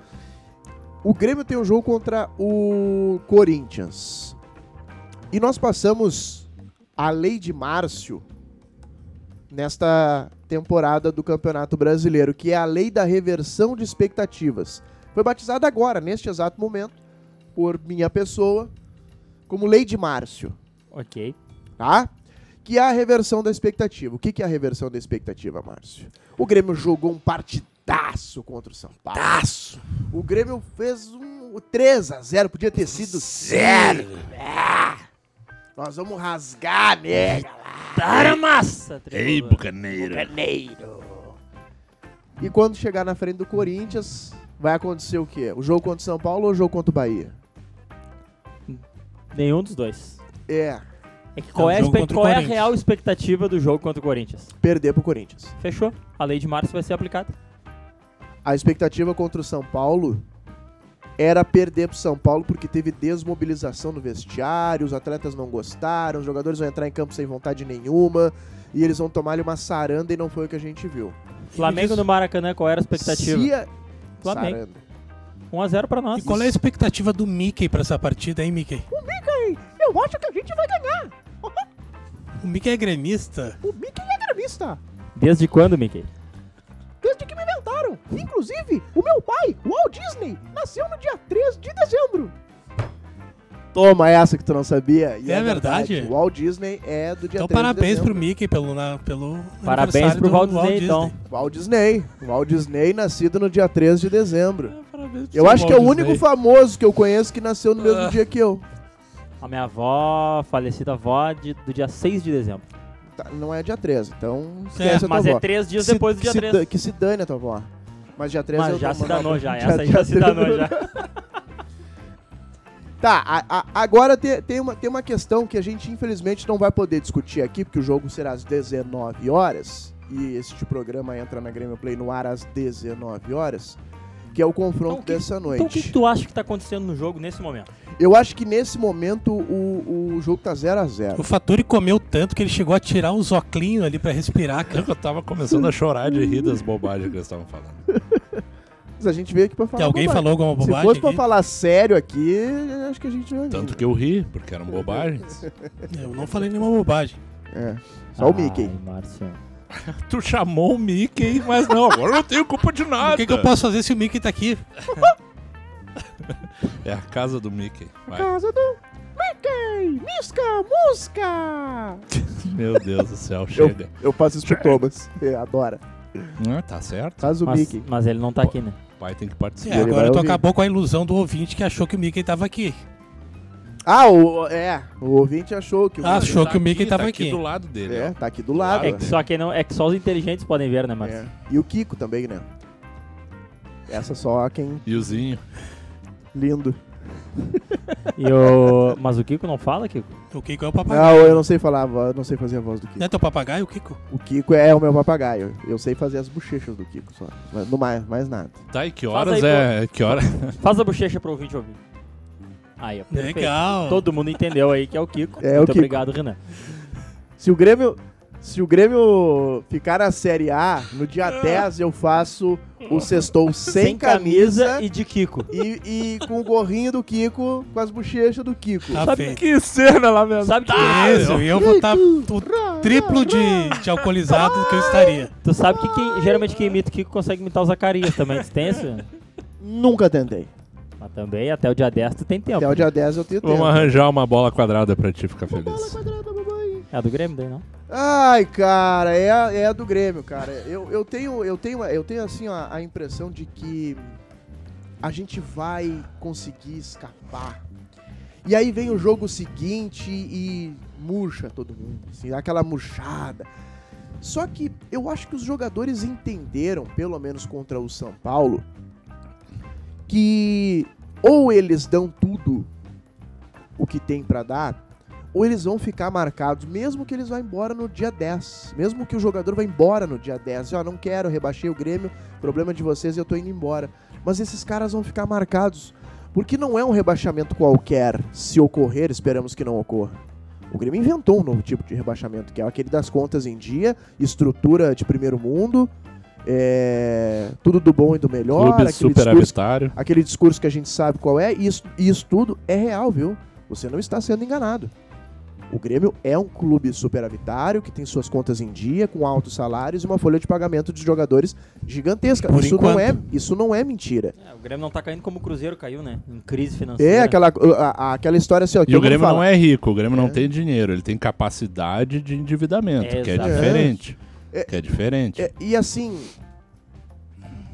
Speaker 1: O Grêmio tem um jogo contra o Corinthians. E nós passamos a lei de Márcio nesta temporada do Campeonato Brasileiro, que é a lei da reversão de expectativas. Foi batizada agora, neste exato momento, por minha pessoa, como lei de Márcio
Speaker 4: Ok.
Speaker 1: tá? Que é a reversão da expectativa. O que, que é a reversão da expectativa, Márcio? O Grêmio jogou um partidaço contra o São Paulo. O Grêmio fez um 3 a 0 podia ter sido 0. Nós vamos rasgar, nega. É.
Speaker 4: Para massa!
Speaker 2: Ei, bucaneira.
Speaker 1: E quando chegar na frente do Corinthians, vai acontecer o quê? O jogo contra o São Paulo ou o jogo contra o Bahia?
Speaker 4: Nenhum dos dois.
Speaker 1: É,
Speaker 4: É que qual,
Speaker 3: É um
Speaker 4: é, a
Speaker 3: jogo
Speaker 4: espe-
Speaker 3: contra o
Speaker 4: qual é a
Speaker 3: Corinthians.
Speaker 4: real expectativa do jogo contra o Corinthians?
Speaker 1: perder pro Corinthians.
Speaker 4: Fechou. A lei de março vai ser aplicada.
Speaker 1: A expectativa contra o São Paulo era perder pro São Paulo porque teve desmobilização no vestiário, os atletas não gostaram, os jogadores vão entrar em campo sem vontade nenhuma e eles vão tomar ali uma saranda e não foi o que a gente viu.
Speaker 4: Flamengo no Maracanã, qual era a expectativa?
Speaker 1: Se a-
Speaker 4: Flamengo.
Speaker 1: Saranda.
Speaker 4: 1x0 pra
Speaker 3: E
Speaker 4: nós.
Speaker 3: qual é a expectativa do Mickey pra essa partida, hein, Mickey?
Speaker 1: Eu acho que a gente vai ganhar.
Speaker 3: O Mickey é gremista?
Speaker 1: O Mickey é gremista.
Speaker 4: Desde quando, Mickey?
Speaker 1: Desde que me inventaram. Inclusive, o meu pai, o Walt Disney, nasceu no dia 3 de dezembro. Toma essa que tu não sabia. E
Speaker 3: É verdade.
Speaker 1: O Walt Disney é do dia
Speaker 3: Então
Speaker 1: 3 de
Speaker 3: parabéns
Speaker 1: dezembro.
Speaker 3: pro Mickey pelo, na, pelo
Speaker 4: Parabéns
Speaker 3: aniversário
Speaker 4: pro
Speaker 3: do
Speaker 4: Walt Disney, então.
Speaker 1: Walt Disney. Walt Disney nascido no dia 13 de dezembro.
Speaker 3: É, parabéns pro
Speaker 1: Eu acho que é o
Speaker 3: Walt
Speaker 1: único
Speaker 3: Disney.
Speaker 1: famoso que eu conheço que nasceu no mesmo
Speaker 3: Ah.
Speaker 1: dia que eu.
Speaker 4: A minha avó, falecida avó, de- do dia 6 de dezembro.
Speaker 1: Tá, não é dia 13, então esquece a tua
Speaker 4: Mas
Speaker 1: avó.
Speaker 4: é 3 dias
Speaker 1: Que se-
Speaker 4: depois do
Speaker 1: que
Speaker 4: dia
Speaker 1: se
Speaker 4: 3.
Speaker 1: da- é Que se dane a tua avó. Mas dia 13
Speaker 4: Mas
Speaker 1: eu
Speaker 4: já
Speaker 1: tô (laughs)
Speaker 4: se Então,
Speaker 1: mandando-
Speaker 4: danou já, essa já se danou já.
Speaker 1: Tá, a- a- agora te- tem, uma, tem uma questão que a gente infelizmente não vai poder discutir aqui, porque o jogo será às 19 horas, e este programa entra na Grêmio Play no ar às 19 horas, que é o confronto
Speaker 4: Então, o que-
Speaker 1: dessa noite.
Speaker 4: Então o que, que tu acha que tá acontecendo no jogo nesse momento?
Speaker 1: Eu acho que nesse momento o, o jogo tá 0 a 0
Speaker 3: O Faturi comeu tanto que ele chegou a tirar os oclinhos ali pra respirar, cara.
Speaker 2: Eu tava começando a chorar de rir das bobagens que eles estavam falando.
Speaker 1: Mas a gente veio aqui pra falar.
Speaker 3: Que alguém
Speaker 1: bobagem.
Speaker 3: falou alguma
Speaker 1: Se
Speaker 3: bobagem?
Speaker 1: fosse pra
Speaker 3: aqui?
Speaker 1: falar sério aqui, acho que a gente não
Speaker 2: Tanto que eu ri, porque eram bobagens.
Speaker 3: Eu não falei nenhuma bobagem.
Speaker 1: É.
Speaker 4: Ah.
Speaker 1: Só o Mickey.
Speaker 4: Ai, Márcio.
Speaker 2: Tu chamou o Mickey, mas não, agora eu não tenho culpa de nada.
Speaker 3: O que, que
Speaker 1: Ah,
Speaker 3: eu posso fazer se o Mickey tá aqui?
Speaker 2: É a casa do Mickey. Vai.
Speaker 1: Casa do Mickey! Misca, música!
Speaker 2: Meu Deus do céu,
Speaker 1: Eu,
Speaker 2: chega.
Speaker 1: eu faço isso pro Thomas. É, adora.
Speaker 2: Ah, tá certo.
Speaker 1: Faz o
Speaker 4: Mas,
Speaker 1: Mickey.
Speaker 4: mas ele não tá aqui, né?
Speaker 2: O pai tem que
Speaker 3: É,
Speaker 2: participar.
Speaker 1: ele vai
Speaker 3: agora tu
Speaker 1: ouvir.
Speaker 3: acabou com a ilusão do ouvinte que achou que o Mickey tava aqui.
Speaker 1: Ah, o, é. O ouvinte achou que o
Speaker 3: Ah, achou que o Mickey
Speaker 2: tá
Speaker 3: tava
Speaker 2: aqui
Speaker 3: aqui.
Speaker 2: do lado dele.
Speaker 1: É,
Speaker 2: ó.
Speaker 1: tá aqui do lado.
Speaker 4: É que só, quem não, é que só os inteligentes podem ver, né, Márcio?
Speaker 1: É. E o Kiko também, né? Essa só quem
Speaker 2: E o Zinho.
Speaker 1: lindo.
Speaker 4: E o... Mas o Kiko não fala, Kiko?
Speaker 3: O Kiko é o papagaio.
Speaker 1: Não, eu não sei falar, a voz- não sei fazer a voz do Kiko.
Speaker 3: Não é teu papagaio, o Kiko?
Speaker 1: O Kiko é o meu papagaio. Eu sei fazer as bochechas do Kiko só. Mas não mais, mais nada.
Speaker 2: Tá, e que
Speaker 4: Faz
Speaker 2: horas
Speaker 4: aí,
Speaker 2: é. Que hora?
Speaker 4: Faz a bochecha pro ouvinte ouvir. Aí, ó. perfeito.
Speaker 3: Legal.
Speaker 4: Todo mundo entendeu aí que é o Kiko.
Speaker 1: É o
Speaker 4: Muito
Speaker 1: Kiko.
Speaker 4: obrigado, Renan.
Speaker 1: Se o Grêmio. Se o Grêmio ficar na Série A, no
Speaker 3: Ah.
Speaker 1: dia 10 eu faço o
Speaker 3: (laughs)
Speaker 1: sextou sem, camisa,
Speaker 4: e de Kiko.
Speaker 1: e, e com o gorrinho do Kiko, com as bochechas do Kiko.
Speaker 3: Tá feito.
Speaker 2: que cena lá mesmo.
Speaker 4: Sabe que
Speaker 3: Isso, e eu vou estar o triplo de, de alcoolizado do que eu estaria.
Speaker 4: Tu sabe que quem- geralmente quem imita o Kiko consegue imitar o Zacarias também, tu tem isso?
Speaker 1: Nunca tentei.
Speaker 4: Mas também até o dia 10 tu tem tempo. né?
Speaker 1: Até o dia 10 eu tenho
Speaker 2: Vamos
Speaker 1: tempo.
Speaker 2: arranjar uma bola quadrada pra ti ficar feliz.
Speaker 4: É a do Grêmio daí, não?
Speaker 1: Ai, cara, é, a- é a do Grêmio, cara. Eu, eu tenho, eu tenho, eu tenho assim a, a impressão de que a gente vai conseguir escapar. E aí vem o jogo seguinte e murcha todo mundo, assim, dá aquela murchada. Só que eu acho que os jogadores entenderam, pelo menos contra o São Paulo, que ou eles dão tudo o que tem pra dar, ou eles vão ficar marcados, mesmo que eles vá embora no dia 10. Mesmo que o jogador vá embora no dia 10. Ó, não quero, rebaixei o Grêmio, problema de vocês, eu tô indo embora. Mas esses caras vão ficar marcados. Porque não é um rebaixamento qualquer, se ocorrer, esperamos que não ocorra. O Grêmio inventou um novo tipo de rebaixamento, que é aquele das contas em dia, estrutura de primeiro mundo, é, tudo do bom e do melhor,
Speaker 2: Clube
Speaker 1: aquele discurso
Speaker 2: superavitário.
Speaker 1: aquele discurso que a gente sabe qual é, e isso, e isso tudo é real, viu? Você não está sendo enganado. O Grêmio é um clube superavitário que tem suas contas em dia, com altos salários e uma folha de pagamento de jogadores gigantesca.
Speaker 3: Por
Speaker 1: isso não
Speaker 3: enquanto.
Speaker 1: é, isso não é mentira.
Speaker 4: É, o Grêmio não tá caindo como o Cruzeiro caiu, né? Em crise financeira.
Speaker 1: É aquela, a- a- aquela história assim, ó, que
Speaker 2: E o
Speaker 1: eu vou
Speaker 2: Grêmio
Speaker 1: falar.
Speaker 2: não é rico, o Grêmio não
Speaker 1: É.
Speaker 2: tem dinheiro, ele tem capacidade de endividamento, que é
Speaker 4: Exatamente.
Speaker 2: diferente.
Speaker 1: É.
Speaker 2: Que é diferente.
Speaker 1: É, e assim,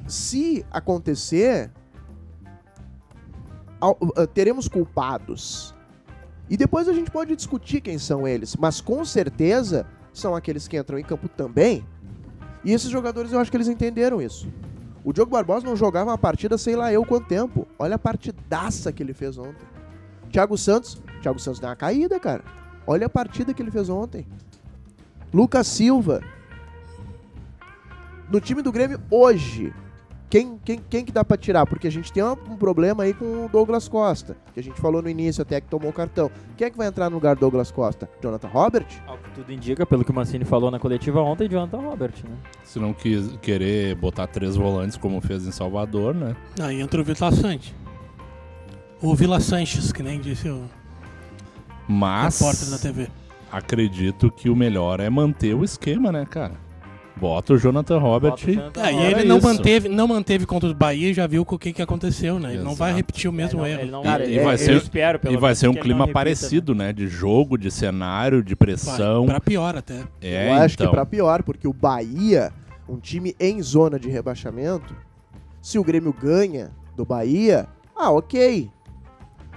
Speaker 1: se acontecer, ao- ah, teremos culpados. E depois a gente pode discutir quem são eles, mas com certeza são aqueles que entram em campo também. E esses jogadores eu acho que eles entenderam isso. O Diogo Barbosa não jogava uma partida, sei lá eu quanto tempo. Olha a partidaça que ele fez ontem. Thiago Santos, Thiago Santos deu uma caída, cara. Olha a partida que ele fez ontem. Lucas Silva, no time do Grêmio hoje, quem, quem, quem que dá pra tirar? Porque a gente tem um, um problema aí com o Douglas Costa, que a gente falou no início até que tomou o cartão. Quem é que vai entrar no lugar do Douglas Costa? Jonathan Robert?
Speaker 4: Ao que tudo indica, pelo que o Mancini falou na coletiva ontem, Jonathan Robert, né?
Speaker 2: Se não quis querer botar três volantes como fez em Salvador, né?
Speaker 3: Aí entra o Vila Sante. O Vila Sanches, que nem disse o
Speaker 2: Mas
Speaker 3: repórter da TV.
Speaker 2: acredito que o melhor é manter o esquema, né, cara? Bota o Jonathan Robert.
Speaker 4: Bota o Jonathan
Speaker 3: Aí
Speaker 4: Robert.
Speaker 2: é
Speaker 3: ele não
Speaker 2: isso.
Speaker 3: manteve, não manteve contra o Bahia e já viu com o que, que aconteceu, né? Ele não vai
Speaker 2: Exato.
Speaker 3: repetir o mesmo
Speaker 4: Ele É, não-
Speaker 3: erro.
Speaker 4: ele não-
Speaker 2: Cara,
Speaker 4: ele-
Speaker 2: e vai
Speaker 4: eu
Speaker 2: ser-
Speaker 4: espero, pelo
Speaker 2: E vai
Speaker 4: menos,
Speaker 2: ser um
Speaker 1: é
Speaker 4: que ele
Speaker 2: clima
Speaker 4: não repita,
Speaker 2: parecido, né? De jogo, de cenário, de
Speaker 3: Vai,
Speaker 2: pressão.
Speaker 3: pra pior até.
Speaker 2: É,
Speaker 1: Eu acho
Speaker 2: então.
Speaker 1: que pra pior, porque o Bahia, um time em zona de rebaixamento, se o Grêmio ganha do Bahia, ah, ok.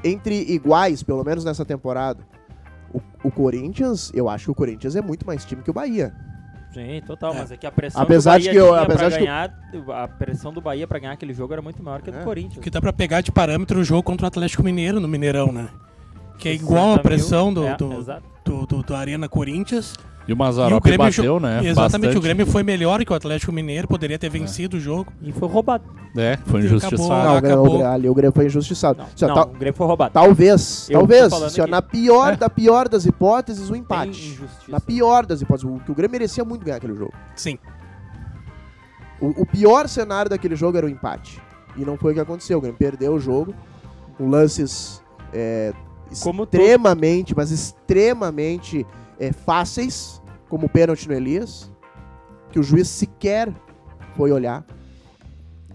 Speaker 1: Entre iguais, pelo menos nessa temporada. O, o Corinthians, eu acho que o Corinthians é muito mais time que o Bahia.
Speaker 4: Sim, total, mas é que a pressão
Speaker 1: Apesar
Speaker 4: do
Speaker 1: de
Speaker 4: Bahia
Speaker 1: que eu-
Speaker 4: tinha
Speaker 1: apesar
Speaker 4: pra
Speaker 1: de que eu-
Speaker 4: ganhar, a pressão do Bahia pra ganhar aquele jogo era muito maior que a do
Speaker 1: É.
Speaker 4: Corinthians.
Speaker 3: Que dá pra pegar de parâmetro o jogo contra o Atlético Mineiro no Mineirão, né? Que é igual a
Speaker 4: 60 mil,
Speaker 3: pressão do,
Speaker 4: é,
Speaker 3: do,
Speaker 4: exato.
Speaker 3: do, do- do Arena Corinthians.
Speaker 2: E o Mazarop bateu,
Speaker 3: jo-
Speaker 2: né?
Speaker 3: Exatamente,
Speaker 2: Bastante.
Speaker 3: o Grêmio foi melhor que o Atlético Mineiro, poderia ter vencido o jogo.
Speaker 4: E foi roubado.
Speaker 1: Tá,
Speaker 2: É, foi
Speaker 3: Acabou.
Speaker 2: injustiçado.
Speaker 1: Não, o Grêmio-
Speaker 3: acabou.
Speaker 1: o Grêmio- ali o Grêmio foi injustiçado.
Speaker 4: Não,
Speaker 1: Assim, ó,
Speaker 4: não,
Speaker 1: tal-
Speaker 4: o Grêmio foi roubado.
Speaker 1: talvez,
Speaker 4: Eu tô
Speaker 1: talvez.
Speaker 4: falando
Speaker 1: assim, ó,
Speaker 4: aqui.
Speaker 1: na pior,
Speaker 2: É.
Speaker 1: da pior das hipóteses, o um empate. Tá
Speaker 4: injustiça.
Speaker 1: Na pior das hipóteses, o que o Grêmio merecia muito ganhar aquele jogo.
Speaker 3: Sim.
Speaker 1: O, o pior cenário daquele jogo era o empate. E não foi o que aconteceu. O Grêmio perdeu o jogo. Com lances é,
Speaker 4: Como todo-
Speaker 1: extremamente, mas extremamente é, fáceis, como o pênalti no Elias, que o juiz sequer foi olhar.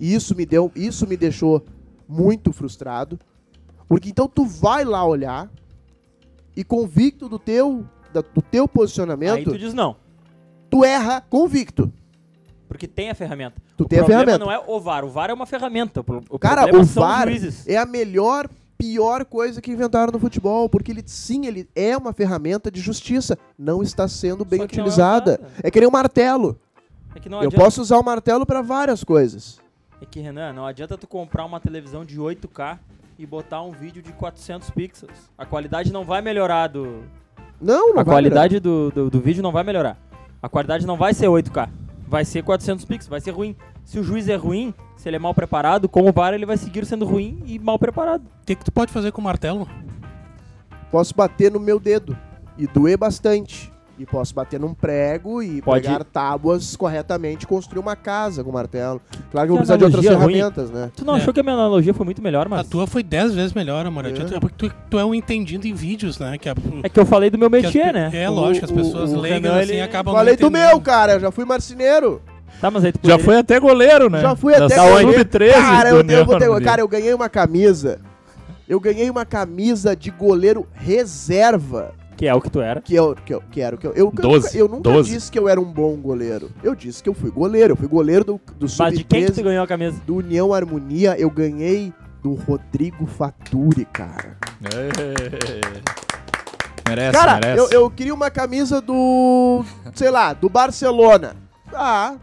Speaker 1: E isso me deu, isso me deixou muito frustrado. Porque então tu vai lá olhar e convicto do teu, da- do teu
Speaker 4: Aí
Speaker 1: posicionamento,
Speaker 4: tu
Speaker 1: tu...
Speaker 4: diz não,
Speaker 1: erra convicto.
Speaker 4: porque tem a ferramenta.
Speaker 1: Tu
Speaker 4: o
Speaker 1: tem a
Speaker 4: problema
Speaker 1: ferramenta.
Speaker 4: não é o VAR, o VAR é uma ferramenta. O pro- o
Speaker 1: Cara,
Speaker 4: problema
Speaker 1: o
Speaker 4: são
Speaker 1: VAR
Speaker 4: os juízes.
Speaker 1: é a melhor, pior coisa que inventaram no futebol, porque ele sim, ele é uma ferramenta de justiça, não está sendo bem
Speaker 4: Só que não é
Speaker 1: utilizada.
Speaker 4: usada.
Speaker 1: É que nem um martelo.
Speaker 4: É que não
Speaker 1: Eu
Speaker 4: adianta.
Speaker 1: posso usar o martelo para várias coisas.
Speaker 4: É que, Renan, não adianta tu comprar uma televisão de 8K e botar um vídeo de 400 pixels. A qualidade não vai melhorar do...
Speaker 1: Não, não
Speaker 4: A
Speaker 1: vai
Speaker 4: qualidade do, do, do vídeo não vai melhorar. A qualidade não vai ser 8K. Vai ser 400 pixels, vai ser ruim. Se o juiz é ruim, se ele é mal preparado, com o VAR ele vai seguir sendo ruim e mal preparado.
Speaker 3: O que, que tu pode fazer com o martelo?
Speaker 1: melhorar. Posso bater no meu dedo e doer bastante. E posso bater num prego e
Speaker 4: Pode-
Speaker 1: pegar tábuas corretamente, construir uma casa com martelo. Claro que eu vou
Speaker 4: Que
Speaker 1: precisar de outras
Speaker 4: analogia ruim.
Speaker 1: ferramentas, né?
Speaker 4: Tu não
Speaker 3: É.
Speaker 4: achou que a minha analogia foi muito melhor,
Speaker 3: A
Speaker 4: mas...
Speaker 3: tua foi 10 vezes melhor, amor.
Speaker 1: É.
Speaker 3: É porque tu, tu é um entendido em vídeos, né? Que a,
Speaker 4: É que eu falei do meu
Speaker 3: que as-
Speaker 4: métier, né?
Speaker 3: É lógico, as
Speaker 1: O-
Speaker 3: pessoas
Speaker 1: o- o
Speaker 3: leigas
Speaker 4: Renan,
Speaker 3: assim
Speaker 4: ele-
Speaker 3: acabam não
Speaker 1: Falei do
Speaker 3: entendendo.
Speaker 1: meu, cara. Eu já fui marceneiro.
Speaker 3: é.
Speaker 4: Tá, mas aí tu
Speaker 2: Já
Speaker 4: poderia-
Speaker 2: foi até goleiro, né?
Speaker 1: Já fui
Speaker 2: Da
Speaker 1: até
Speaker 2: goleiro.
Speaker 1: goleiro.
Speaker 2: Sub-13
Speaker 1: Cara,
Speaker 2: do
Speaker 1: eu, eu vou ter-
Speaker 2: Neon. né?
Speaker 1: cara, eu ganhei uma camisa. Eu ganhei uma camisa de goleiro reserva.
Speaker 4: Que é o que tu era.
Speaker 1: Que eu, que eu, que era o que eu. Eu, eu
Speaker 2: Doze,
Speaker 1: nunca, eu nunca
Speaker 2: doze.
Speaker 1: disse que eu era um bom goleiro. Eu disse que eu fui goleiro. Eu fui goleiro do, do
Speaker 4: Mas de quem que tu
Speaker 1: Sub-13
Speaker 4: ganhou a camisa?
Speaker 1: do União Harmonia. Eu ganhei do Rodrigo Faturi, cara.
Speaker 2: É. Merece,
Speaker 1: cara,
Speaker 2: merece.
Speaker 1: eu, eu queria uma camisa do. sei lá, do Barcelona. Ah.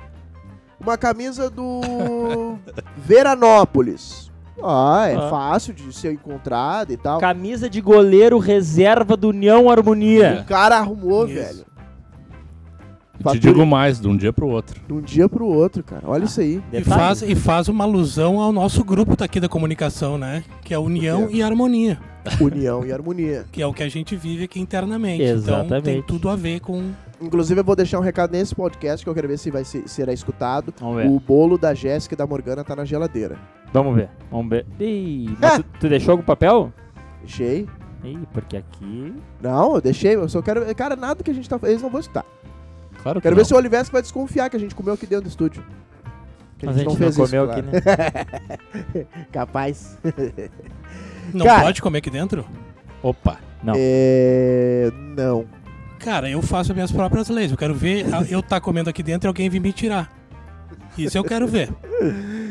Speaker 1: Uma camisa do. Veranópolis. Ah, é
Speaker 4: Ah.
Speaker 1: fácil de ser encontrado e tal.
Speaker 4: Camisa de goleiro reserva do União Harmonia.
Speaker 3: É.
Speaker 1: O cara arrumou,
Speaker 3: Isso.
Speaker 1: velho.
Speaker 2: Te
Speaker 1: Fatura-
Speaker 2: digo mais, de um dia pro outro.
Speaker 1: De um dia pro outro, cara. Olha isso aí.
Speaker 3: E
Speaker 4: Detalhe.
Speaker 3: faz, e faz uma alusão ao nosso grupo daqui da comunicação, né? Que é União
Speaker 1: quê?
Speaker 3: e Harmonia,
Speaker 1: União e harmonia.
Speaker 3: que é o que a gente vive aqui internamente. Então tem
Speaker 4: Exatamente.
Speaker 3: tudo a ver com.
Speaker 1: Inclusive, eu vou deixar um recado nesse podcast que eu quero ver se vai ser, será escutado.
Speaker 4: Vamos ver.
Speaker 1: O bolo da Jéssica e da Morgana tá na geladeira.
Speaker 4: Vamos ver. Vamos ver. Ih, mas tu, tu deixou algum papel?
Speaker 1: Deixei.
Speaker 4: Ih, porque aqui.
Speaker 1: Não, eu deixei. Eu só quero. Cara, nada que a gente tá. Eles não vão escutar.
Speaker 2: Claro que
Speaker 1: Quero
Speaker 2: não.
Speaker 1: ver se o Olivesco vai desconfiar que a gente comeu aqui dentro do estúdio. Que
Speaker 4: Mas a gente não, comeu aqui,
Speaker 1: claro.
Speaker 4: né?
Speaker 1: (laughs) Capaz.
Speaker 3: Não
Speaker 1: Cara.
Speaker 3: pode comer aqui dentro?
Speaker 2: Opa.
Speaker 4: Não.
Speaker 1: É. Não.
Speaker 3: Cara, eu faço as minhas próprias leis. Eu quero ver a- eu tá comendo aqui dentro e alguém vir me tirar. Isso eu quero ver.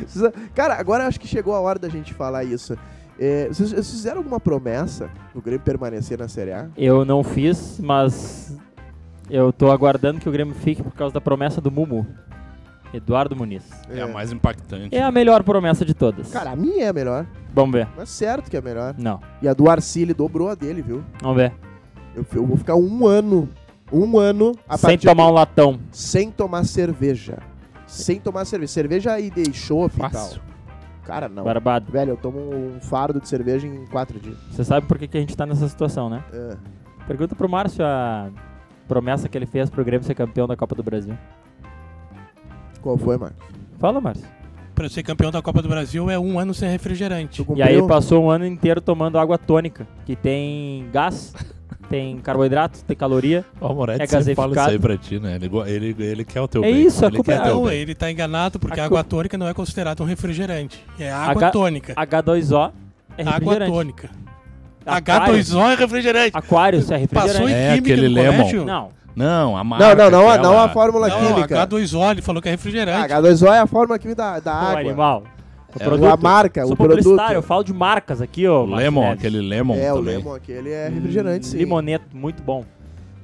Speaker 1: Precisa- Cara, agora acho que chegou a hora da gente falar isso. É, vocês, vocês fizeram alguma promessa do Grêmio permanecer na Série A?
Speaker 4: Eu não fiz, mas. Eu tô aguardando que o Grêmio fique por causa da promessa do Mumu. Eduardo Muniz.
Speaker 2: É a mais impactante.
Speaker 4: É a melhor promessa de todas.
Speaker 1: Cara, a minha é a melhor.
Speaker 4: Vamos ver.
Speaker 1: Mas certo que é a melhor.
Speaker 4: Não.
Speaker 1: E a do Arcílio dobrou a dele, viu?
Speaker 4: Vamos ver.
Speaker 1: Eu, eu vou ficar um ano, um ano a
Speaker 4: Sem
Speaker 1: partir
Speaker 4: tomar um latão.
Speaker 1: sem tomar cerveja. Sem tomar cerveja. Cerveja aí deixou e tal.
Speaker 2: Fácil.
Speaker 1: Cara, não.
Speaker 4: Barbado.
Speaker 1: Velho, eu tomo um fardo de cerveja em quatro dias.
Speaker 4: Você sabe por que, que a gente tá nessa situação, né?
Speaker 1: É.
Speaker 4: Pergunta pro Márcio a promessa que ele fez pro Grêmio ser campeão da Copa do Brasil.
Speaker 1: Qual foi, mano?
Speaker 4: Fala, Márcio.
Speaker 3: Pra eu ser campeão da Copa do Brasil é um ano sem refrigerante.
Speaker 1: Tu cumpriu?
Speaker 4: E aí ele passou um ano inteiro tomando água tônica, que tem
Speaker 1: (laughs)
Speaker 4: gás, tem carboidrato, tem caloria.
Speaker 2: Ó, O Moretti
Speaker 4: É
Speaker 2: sempre fala isso aí
Speaker 4: gaseificado.
Speaker 2: pra ti, né? Ele, go- ele, ele quer o teu
Speaker 4: É
Speaker 2: bem.
Speaker 4: isso, a
Speaker 2: ele
Speaker 4: culpa
Speaker 2: quer
Speaker 4: é-
Speaker 2: teu
Speaker 3: Não,
Speaker 2: bem.
Speaker 3: ele tá enganado porque
Speaker 4: A
Speaker 3: a
Speaker 4: cu-
Speaker 3: água tônica não é considerada um refrigerante. É água
Speaker 4: H-
Speaker 3: tônica.
Speaker 4: H2O é
Speaker 3: Água
Speaker 4: refrigerante.
Speaker 3: tônica.
Speaker 4: Aquários,
Speaker 3: H2O é refrigerante.
Speaker 4: Aquários é refrigerante.
Speaker 3: Passou em
Speaker 2: É,
Speaker 3: química
Speaker 2: aquele
Speaker 3: no
Speaker 2: lemon.
Speaker 3: colégio?
Speaker 4: Não,
Speaker 2: Não, a marca. é
Speaker 1: Não, não, não, a-
Speaker 2: aquela-
Speaker 1: não a fórmula
Speaker 3: Não,
Speaker 1: química.
Speaker 3: H2O, ele falou que é refrigerante.
Speaker 1: H2O é a fórmula química da, da
Speaker 4: o
Speaker 1: água.
Speaker 4: animal. O
Speaker 2: É,
Speaker 1: A
Speaker 4: produto.
Speaker 1: marca,
Speaker 4: Sou
Speaker 1: o produto.
Speaker 4: publicitário, eu falo de marcas aqui,
Speaker 2: O
Speaker 4: ó. Márcio
Speaker 2: lemon,
Speaker 4: Neves.
Speaker 2: aquele lemon
Speaker 1: É, o
Speaker 2: também.
Speaker 1: lemon aquele é refrigerante, sim.
Speaker 4: Limoneto, muito bom.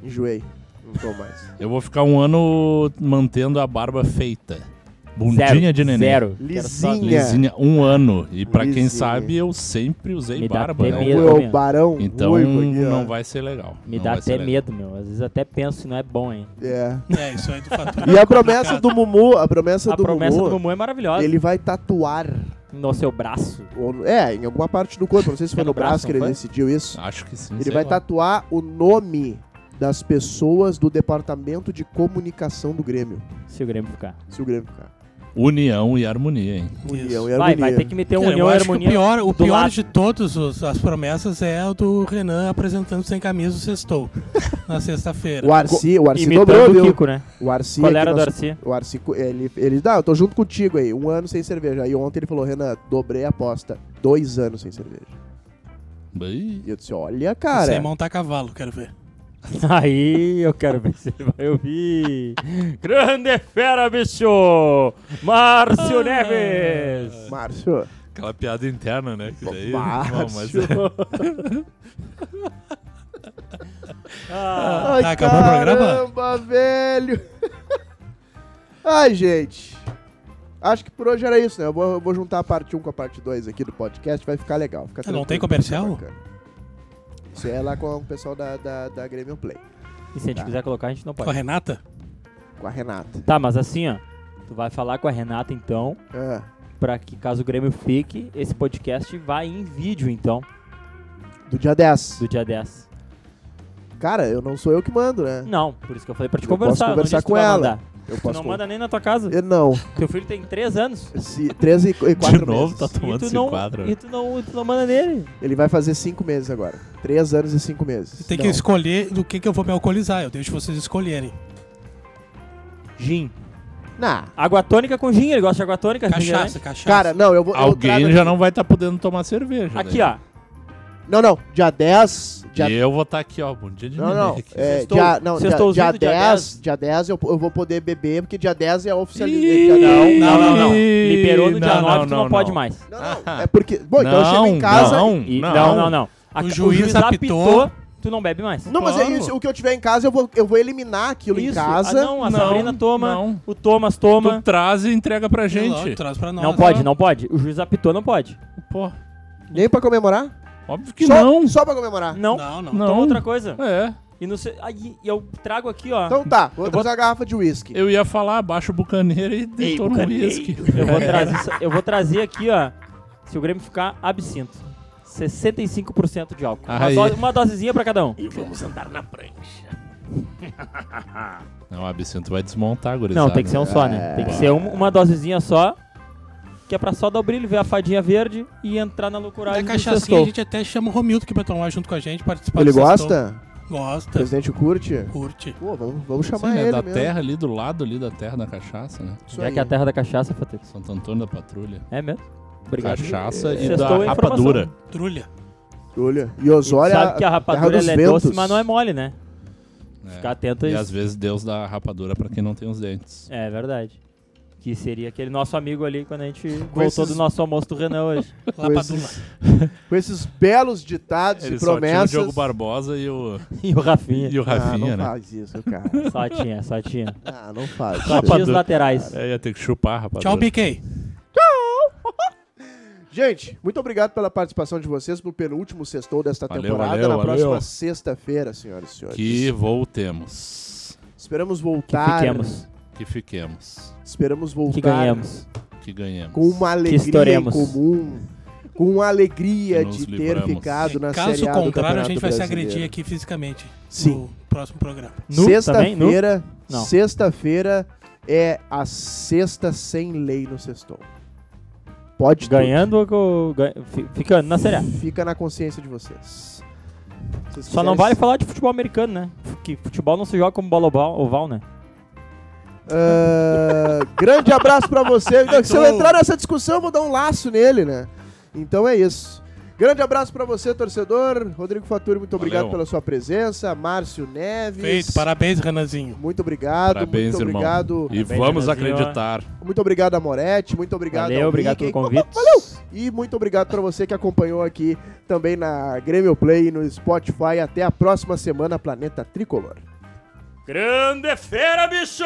Speaker 1: Enjoei. Não tô mais.
Speaker 4: (laughs)
Speaker 2: Eu vou ficar um ano mantendo a barba feita. Bundinha
Speaker 4: Zero,
Speaker 2: de neném.
Speaker 4: Zero. Quero só-
Speaker 1: Lisinha.
Speaker 2: Lisinha, um ano. E pra quem
Speaker 1: Lisinha.
Speaker 2: sabe, eu sempre usei
Speaker 4: Me dá
Speaker 2: barba,
Speaker 4: até
Speaker 2: né?
Speaker 4: medo.
Speaker 1: Eu,
Speaker 4: também.
Speaker 1: o barão
Speaker 2: Então
Speaker 1: ruivo aqui, ó.
Speaker 2: não vai ser legal.
Speaker 4: Me
Speaker 2: Não
Speaker 4: dá
Speaker 2: vai ser
Speaker 4: até
Speaker 2: legal.
Speaker 4: medo, meu. Às vezes até penso se não é bom, hein?
Speaker 1: É.
Speaker 4: (laughs)
Speaker 3: É, isso aí do fator.
Speaker 1: E a promessa do Mumu, a promessa,
Speaker 4: a
Speaker 1: do,
Speaker 4: promessa
Speaker 1: Mumu,
Speaker 4: do Mumu é maravilhosa.
Speaker 1: ele vai tatuar,
Speaker 4: No seu braço.
Speaker 1: ou- é, em alguma parte do corpo, não sei se
Speaker 4: É
Speaker 1: foi
Speaker 4: no
Speaker 1: no braço,
Speaker 4: braço,
Speaker 1: que ele
Speaker 4: não foi?
Speaker 1: decidiu isso.
Speaker 2: Acho que sim.
Speaker 1: ele
Speaker 2: Ah, sei
Speaker 1: vai tá-
Speaker 2: lá.
Speaker 1: tatuar o nome das pessoas do departamento de comunicação do Grêmio,
Speaker 4: Se o Grêmio ficar.
Speaker 1: se o Grêmio ficar.
Speaker 2: União e harmonia, hein?
Speaker 1: União e
Speaker 4: Vai,
Speaker 1: harmonia.
Speaker 4: vai ter que meter um
Speaker 3: Cara,
Speaker 4: União
Speaker 3: É, eu
Speaker 4: e
Speaker 3: acho que o
Speaker 4: Harmonia.
Speaker 3: pior, o
Speaker 4: do
Speaker 3: pior
Speaker 4: lado.
Speaker 3: de todas as promessas é o do Renan apresentando sem camisa o sextou na sexta-feira.
Speaker 1: O Arci, o Arci dobrou,
Speaker 4: Imitando o
Speaker 1: viu? tá-
Speaker 4: Kiko, né?
Speaker 1: O Arci
Speaker 4: Qual
Speaker 1: aqui
Speaker 4: era do
Speaker 1: nós-
Speaker 4: Arci? (laughs)
Speaker 1: O Arci, ele, ele, dá, eu tô junto contigo aí, um ano sem cerveja. Aí ontem ele falou, Renan, dobrei a aposta, dois anos sem cerveja.
Speaker 2: Bem,
Speaker 1: E eu disse,
Speaker 4: é
Speaker 1: olha,
Speaker 3: Sem
Speaker 1: cara,
Speaker 3: montar cavalo, quero ver.
Speaker 4: Aí eu quero ver se ele vai ouvir. Grande fera, bicho! Márcio
Speaker 3: Ah,
Speaker 4: Neves!
Speaker 1: Márcio,
Speaker 2: Aquela piada interna, né? Que daí...
Speaker 1: Márcio.
Speaker 2: Bom, mas-
Speaker 1: (laughs)
Speaker 2: é-
Speaker 4: Ah,
Speaker 1: Ai,
Speaker 3: Tá, acabou o programa?
Speaker 1: Caramba, velho! (laughs) Ai, gente. Acho que por hoje era isso, né? Eu vou, eu vou juntar a parte 1 com a parte 2 aqui do podcast, vai ficar legal. Fica
Speaker 3: Ah, não
Speaker 1: tranquilo,
Speaker 3: tem comercial?
Speaker 1: fica bacana. Isso é lá com o pessoal da, da, da Grêmio Play,
Speaker 4: e se a gente
Speaker 1: Tá.
Speaker 4: quiser colocar, a gente não
Speaker 3: Com a
Speaker 4: pode.
Speaker 3: Renata?
Speaker 1: com a Renata.
Speaker 4: Tá, mas assim, ó. Tu vai falar com a Renata, então,
Speaker 1: Ah,
Speaker 4: pra que caso o Grêmio fique, esse podcast vai em vídeo, então,
Speaker 1: do dia 10.
Speaker 4: do dia 10.
Speaker 1: Cara, eu não sou eu que mando,
Speaker 3: Hum,
Speaker 1: né?
Speaker 4: Não, por isso que eu falei pra te
Speaker 1: Eu
Speaker 4: conversar.
Speaker 1: posso
Speaker 4: não
Speaker 1: conversar
Speaker 4: disse que tu
Speaker 1: com
Speaker 4: vai
Speaker 1: ela.
Speaker 4: mandar.
Speaker 1: Eu
Speaker 4: Tu
Speaker 1: posso.
Speaker 4: não manda nem na
Speaker 1: (laughs)
Speaker 4: tua casa.
Speaker 1: Eu não.
Speaker 4: Teu filho tem 3 anos.
Speaker 1: Se, 13 e 4
Speaker 2: De
Speaker 3: (laughs)
Speaker 2: novo, tá
Speaker 1: meses.
Speaker 4: E
Speaker 2: tomando
Speaker 4: tu,
Speaker 2: esse
Speaker 4: não,
Speaker 2: quadro.
Speaker 4: e tu não, tu não manda nele.
Speaker 1: Ele vai fazer 5 meses agora. 3 anos e 5 meses.
Speaker 3: Tem que
Speaker 1: Não.
Speaker 3: escolher do que, que eu vou me alcoolizar. Eu deixo vocês escolherem.
Speaker 4: Gin.
Speaker 1: Nah.
Speaker 4: Água tônica com gin, né? ele gosta de água tônica.
Speaker 3: Cachaça,
Speaker 4: refrigerante.
Speaker 3: cachaça.
Speaker 1: Cara, não, eu vou. eu trago
Speaker 2: Alguém
Speaker 1: aqui.
Speaker 2: já não vai estar podendo tomar cerveja.
Speaker 4: Aqui,
Speaker 2: daí.
Speaker 4: ó.
Speaker 1: Não, não. Dia 10. Dia
Speaker 2: E eu vou estar aqui, ó. Bom dia de
Speaker 1: Não,
Speaker 2: neném
Speaker 1: não.
Speaker 2: aqui.
Speaker 1: É,
Speaker 4: Sextou-
Speaker 1: dia, não dia,
Speaker 4: sextouzinho
Speaker 1: dia
Speaker 4: do dia
Speaker 1: 10,
Speaker 4: 10.
Speaker 1: dia 10 eu, eu vou poder beber, porque dia 10 é
Speaker 2: Ih,
Speaker 1: oficialidade. Não,
Speaker 4: Não, não, não.
Speaker 2: Ih,
Speaker 4: Liberou no dia
Speaker 2: não,
Speaker 4: 9,
Speaker 2: não,
Speaker 4: tu não,
Speaker 2: não,
Speaker 4: pode
Speaker 2: não.
Speaker 4: mais.
Speaker 1: não, não. É porque. Bom, então eu chego em
Speaker 2: Não,
Speaker 1: casa. Não,
Speaker 2: não,
Speaker 4: E-
Speaker 2: não.
Speaker 4: não, não, não. A-
Speaker 3: O juiz apitou.
Speaker 4: tu não bebe mais.
Speaker 1: mas é
Speaker 2: Claro.
Speaker 1: isso. O que eu tiver em casa, eu vou, eu vou eliminar aquilo em
Speaker 4: Isso.
Speaker 1: casa.
Speaker 4: Ah, não, a
Speaker 2: Não,
Speaker 4: Sabrina toma,
Speaker 2: não.
Speaker 4: o Thomas
Speaker 2: Tu
Speaker 4: toma.
Speaker 2: traz e entrega pra
Speaker 3: Sei lá,
Speaker 2: gente.
Speaker 3: traz pra nós.
Speaker 4: Não pode, não pode. O juiz apitou, não pode.
Speaker 2: Pô,
Speaker 1: Nem pra comemorar?
Speaker 2: óbvio que
Speaker 1: só,
Speaker 2: não.
Speaker 1: Só pra comemorar.
Speaker 4: Ah, Não,
Speaker 3: Não, não.
Speaker 2: Não.
Speaker 4: toma outra coisa.
Speaker 2: É.
Speaker 4: E não sei- aí, e eu trago aqui, ó.
Speaker 1: Então tá, vou
Speaker 4: Eu
Speaker 1: trazer uma garrafa de uísque.
Speaker 2: Eu ia falar, baixa o bucaneiro e deitou no
Speaker 4: bucaneiro.
Speaker 2: uísque.
Speaker 4: Eu vou, (laughs) trazer, isso- eu vou trazer aqui, ó. Se o Grêmio ficar absinto. 65% de álcool. Uma,
Speaker 2: Aí.
Speaker 4: dose- uma dosezinha pra cada um.
Speaker 2: Não, o absinto vai desmontar, gurizada.
Speaker 4: Não, tem que ser um só, né? Tem que ser um- uma dosezinha só. Que é pra só dar o brilho, ver a fadinha verde e entrar na
Speaker 3: Na
Speaker 4: loucuragem do
Speaker 3: É cachaçinha a
Speaker 4: sextou.
Speaker 3: gente até chama o Romildo que vai tomar junto com a gente, participar
Speaker 1: Ele
Speaker 3: do sextou.
Speaker 1: gosta? é. O
Speaker 3: Gosta.
Speaker 1: presidente curte?
Speaker 3: Curte.
Speaker 1: Pô, vamos, vamos
Speaker 2: Sim,
Speaker 1: chamar
Speaker 2: né?
Speaker 1: ele
Speaker 2: Da
Speaker 1: mesmo.
Speaker 2: terra ali, do lado ali da terra da cachaça, né?
Speaker 1: Isso
Speaker 4: Já
Speaker 1: aí.
Speaker 4: que é a terra da cachaça, Fatex.
Speaker 2: Santo Antônio da Patrulha.
Speaker 4: É mesmo? Obrigado.
Speaker 2: Cachaça e
Speaker 4: Sextou
Speaker 2: da
Speaker 4: é informação.
Speaker 2: rapadura.
Speaker 3: Trulha.
Speaker 1: Olha, e
Speaker 4: E
Speaker 1: Osório é
Speaker 4: sabe que a
Speaker 1: terra
Speaker 4: rapadura
Speaker 1: dos
Speaker 4: ela é
Speaker 1: ventos.
Speaker 4: doce, mas não é mole, né?
Speaker 2: É.
Speaker 4: Ficar atento a
Speaker 2: E
Speaker 4: isso.
Speaker 2: às vezes Deus dá rapadura pra quem não tem os dentes.
Speaker 4: É verdade. Que seria aquele nosso amigo ali quando a gente voltou
Speaker 1: esses-
Speaker 4: do nosso almoço do Renan hoje.
Speaker 3: Lapadula.
Speaker 1: Com esses belos ditados e
Speaker 2: Ele só tinha o
Speaker 1: promessas.
Speaker 2: Diogo Barbosa e o,
Speaker 4: e o Rafinha.
Speaker 2: e o Rafinha,
Speaker 1: ah, não
Speaker 2: né?
Speaker 1: faz isso, cara.
Speaker 4: Só tinha, só tinha.
Speaker 1: Ah, não faz.
Speaker 4: Só
Speaker 1: isso.
Speaker 4: tinha os laterais.
Speaker 2: É, ia ter que chupar, rapaz.
Speaker 3: Tchau, BK.
Speaker 1: Gente, muito obrigado pela participação de vocês pro penúltimo sextou desta
Speaker 2: Valeu,
Speaker 1: temporada.
Speaker 2: valeu,
Speaker 1: na próxima
Speaker 2: valeu.
Speaker 1: sexta-feira, senhoras e senhores.
Speaker 2: Que voltemos.
Speaker 1: Esperamos
Speaker 4: Que
Speaker 1: voltar.
Speaker 4: fiquemos,
Speaker 2: Que fiquemos.
Speaker 1: Esperamos voltar.
Speaker 4: que ganhamos.
Speaker 2: Que ganhemos.
Speaker 1: Com uma alegria em
Speaker 4: estouremos.
Speaker 1: comum. Com a alegria
Speaker 2: Que nos
Speaker 1: de ter
Speaker 2: livramos.
Speaker 1: ficado na
Speaker 3: Caso
Speaker 1: Série A do
Speaker 3: contrário, a
Speaker 1: Campeonato
Speaker 3: gente vai se
Speaker 1: Brasileiro.
Speaker 3: agredir aqui fisicamente.
Speaker 1: Sim.
Speaker 3: No próximo programa.
Speaker 4: Nu também? Nu?
Speaker 1: Sexta-feira.
Speaker 4: Não.
Speaker 1: Sexta-feira é a sexta sem lei no sextou. Pode tudo.
Speaker 4: Ganhando ou co- gan- fi- ficando na Série A.
Speaker 1: Fica na consciência de vocês. vocês
Speaker 4: Só não vale falar de futebol americano, né? Que futebol não se joga como bola oval, oval, né?
Speaker 1: Ah, grande abraço pra você. Então, se eu entrar nessa discussão, eu vou dar um laço nele, né? Então é isso. Grande abraço pra você, torcedor. Rodrigo Faturi, muito obrigado
Speaker 2: Valeu.
Speaker 1: pela sua presença. Márcio Neves.
Speaker 3: Feito. Parabéns, Renanzinho.
Speaker 1: Muito obrigado,
Speaker 2: Parabéns,
Speaker 1: muito
Speaker 2: irmão.
Speaker 1: obrigado.
Speaker 2: E
Speaker 4: Parabéns,
Speaker 2: vamos
Speaker 4: Renanzinho.
Speaker 2: acreditar.
Speaker 1: Muito obrigado a Moretti, muito obrigado
Speaker 4: Valeu,
Speaker 1: ao
Speaker 4: obrigado
Speaker 1: Mickey.
Speaker 4: pelo convite.
Speaker 1: E muito obrigado pra você que acompanhou aqui também na Grêmio Play, no Spotify. Até a próxima semana, Planeta Tricolor.
Speaker 4: Grande fera, bicho!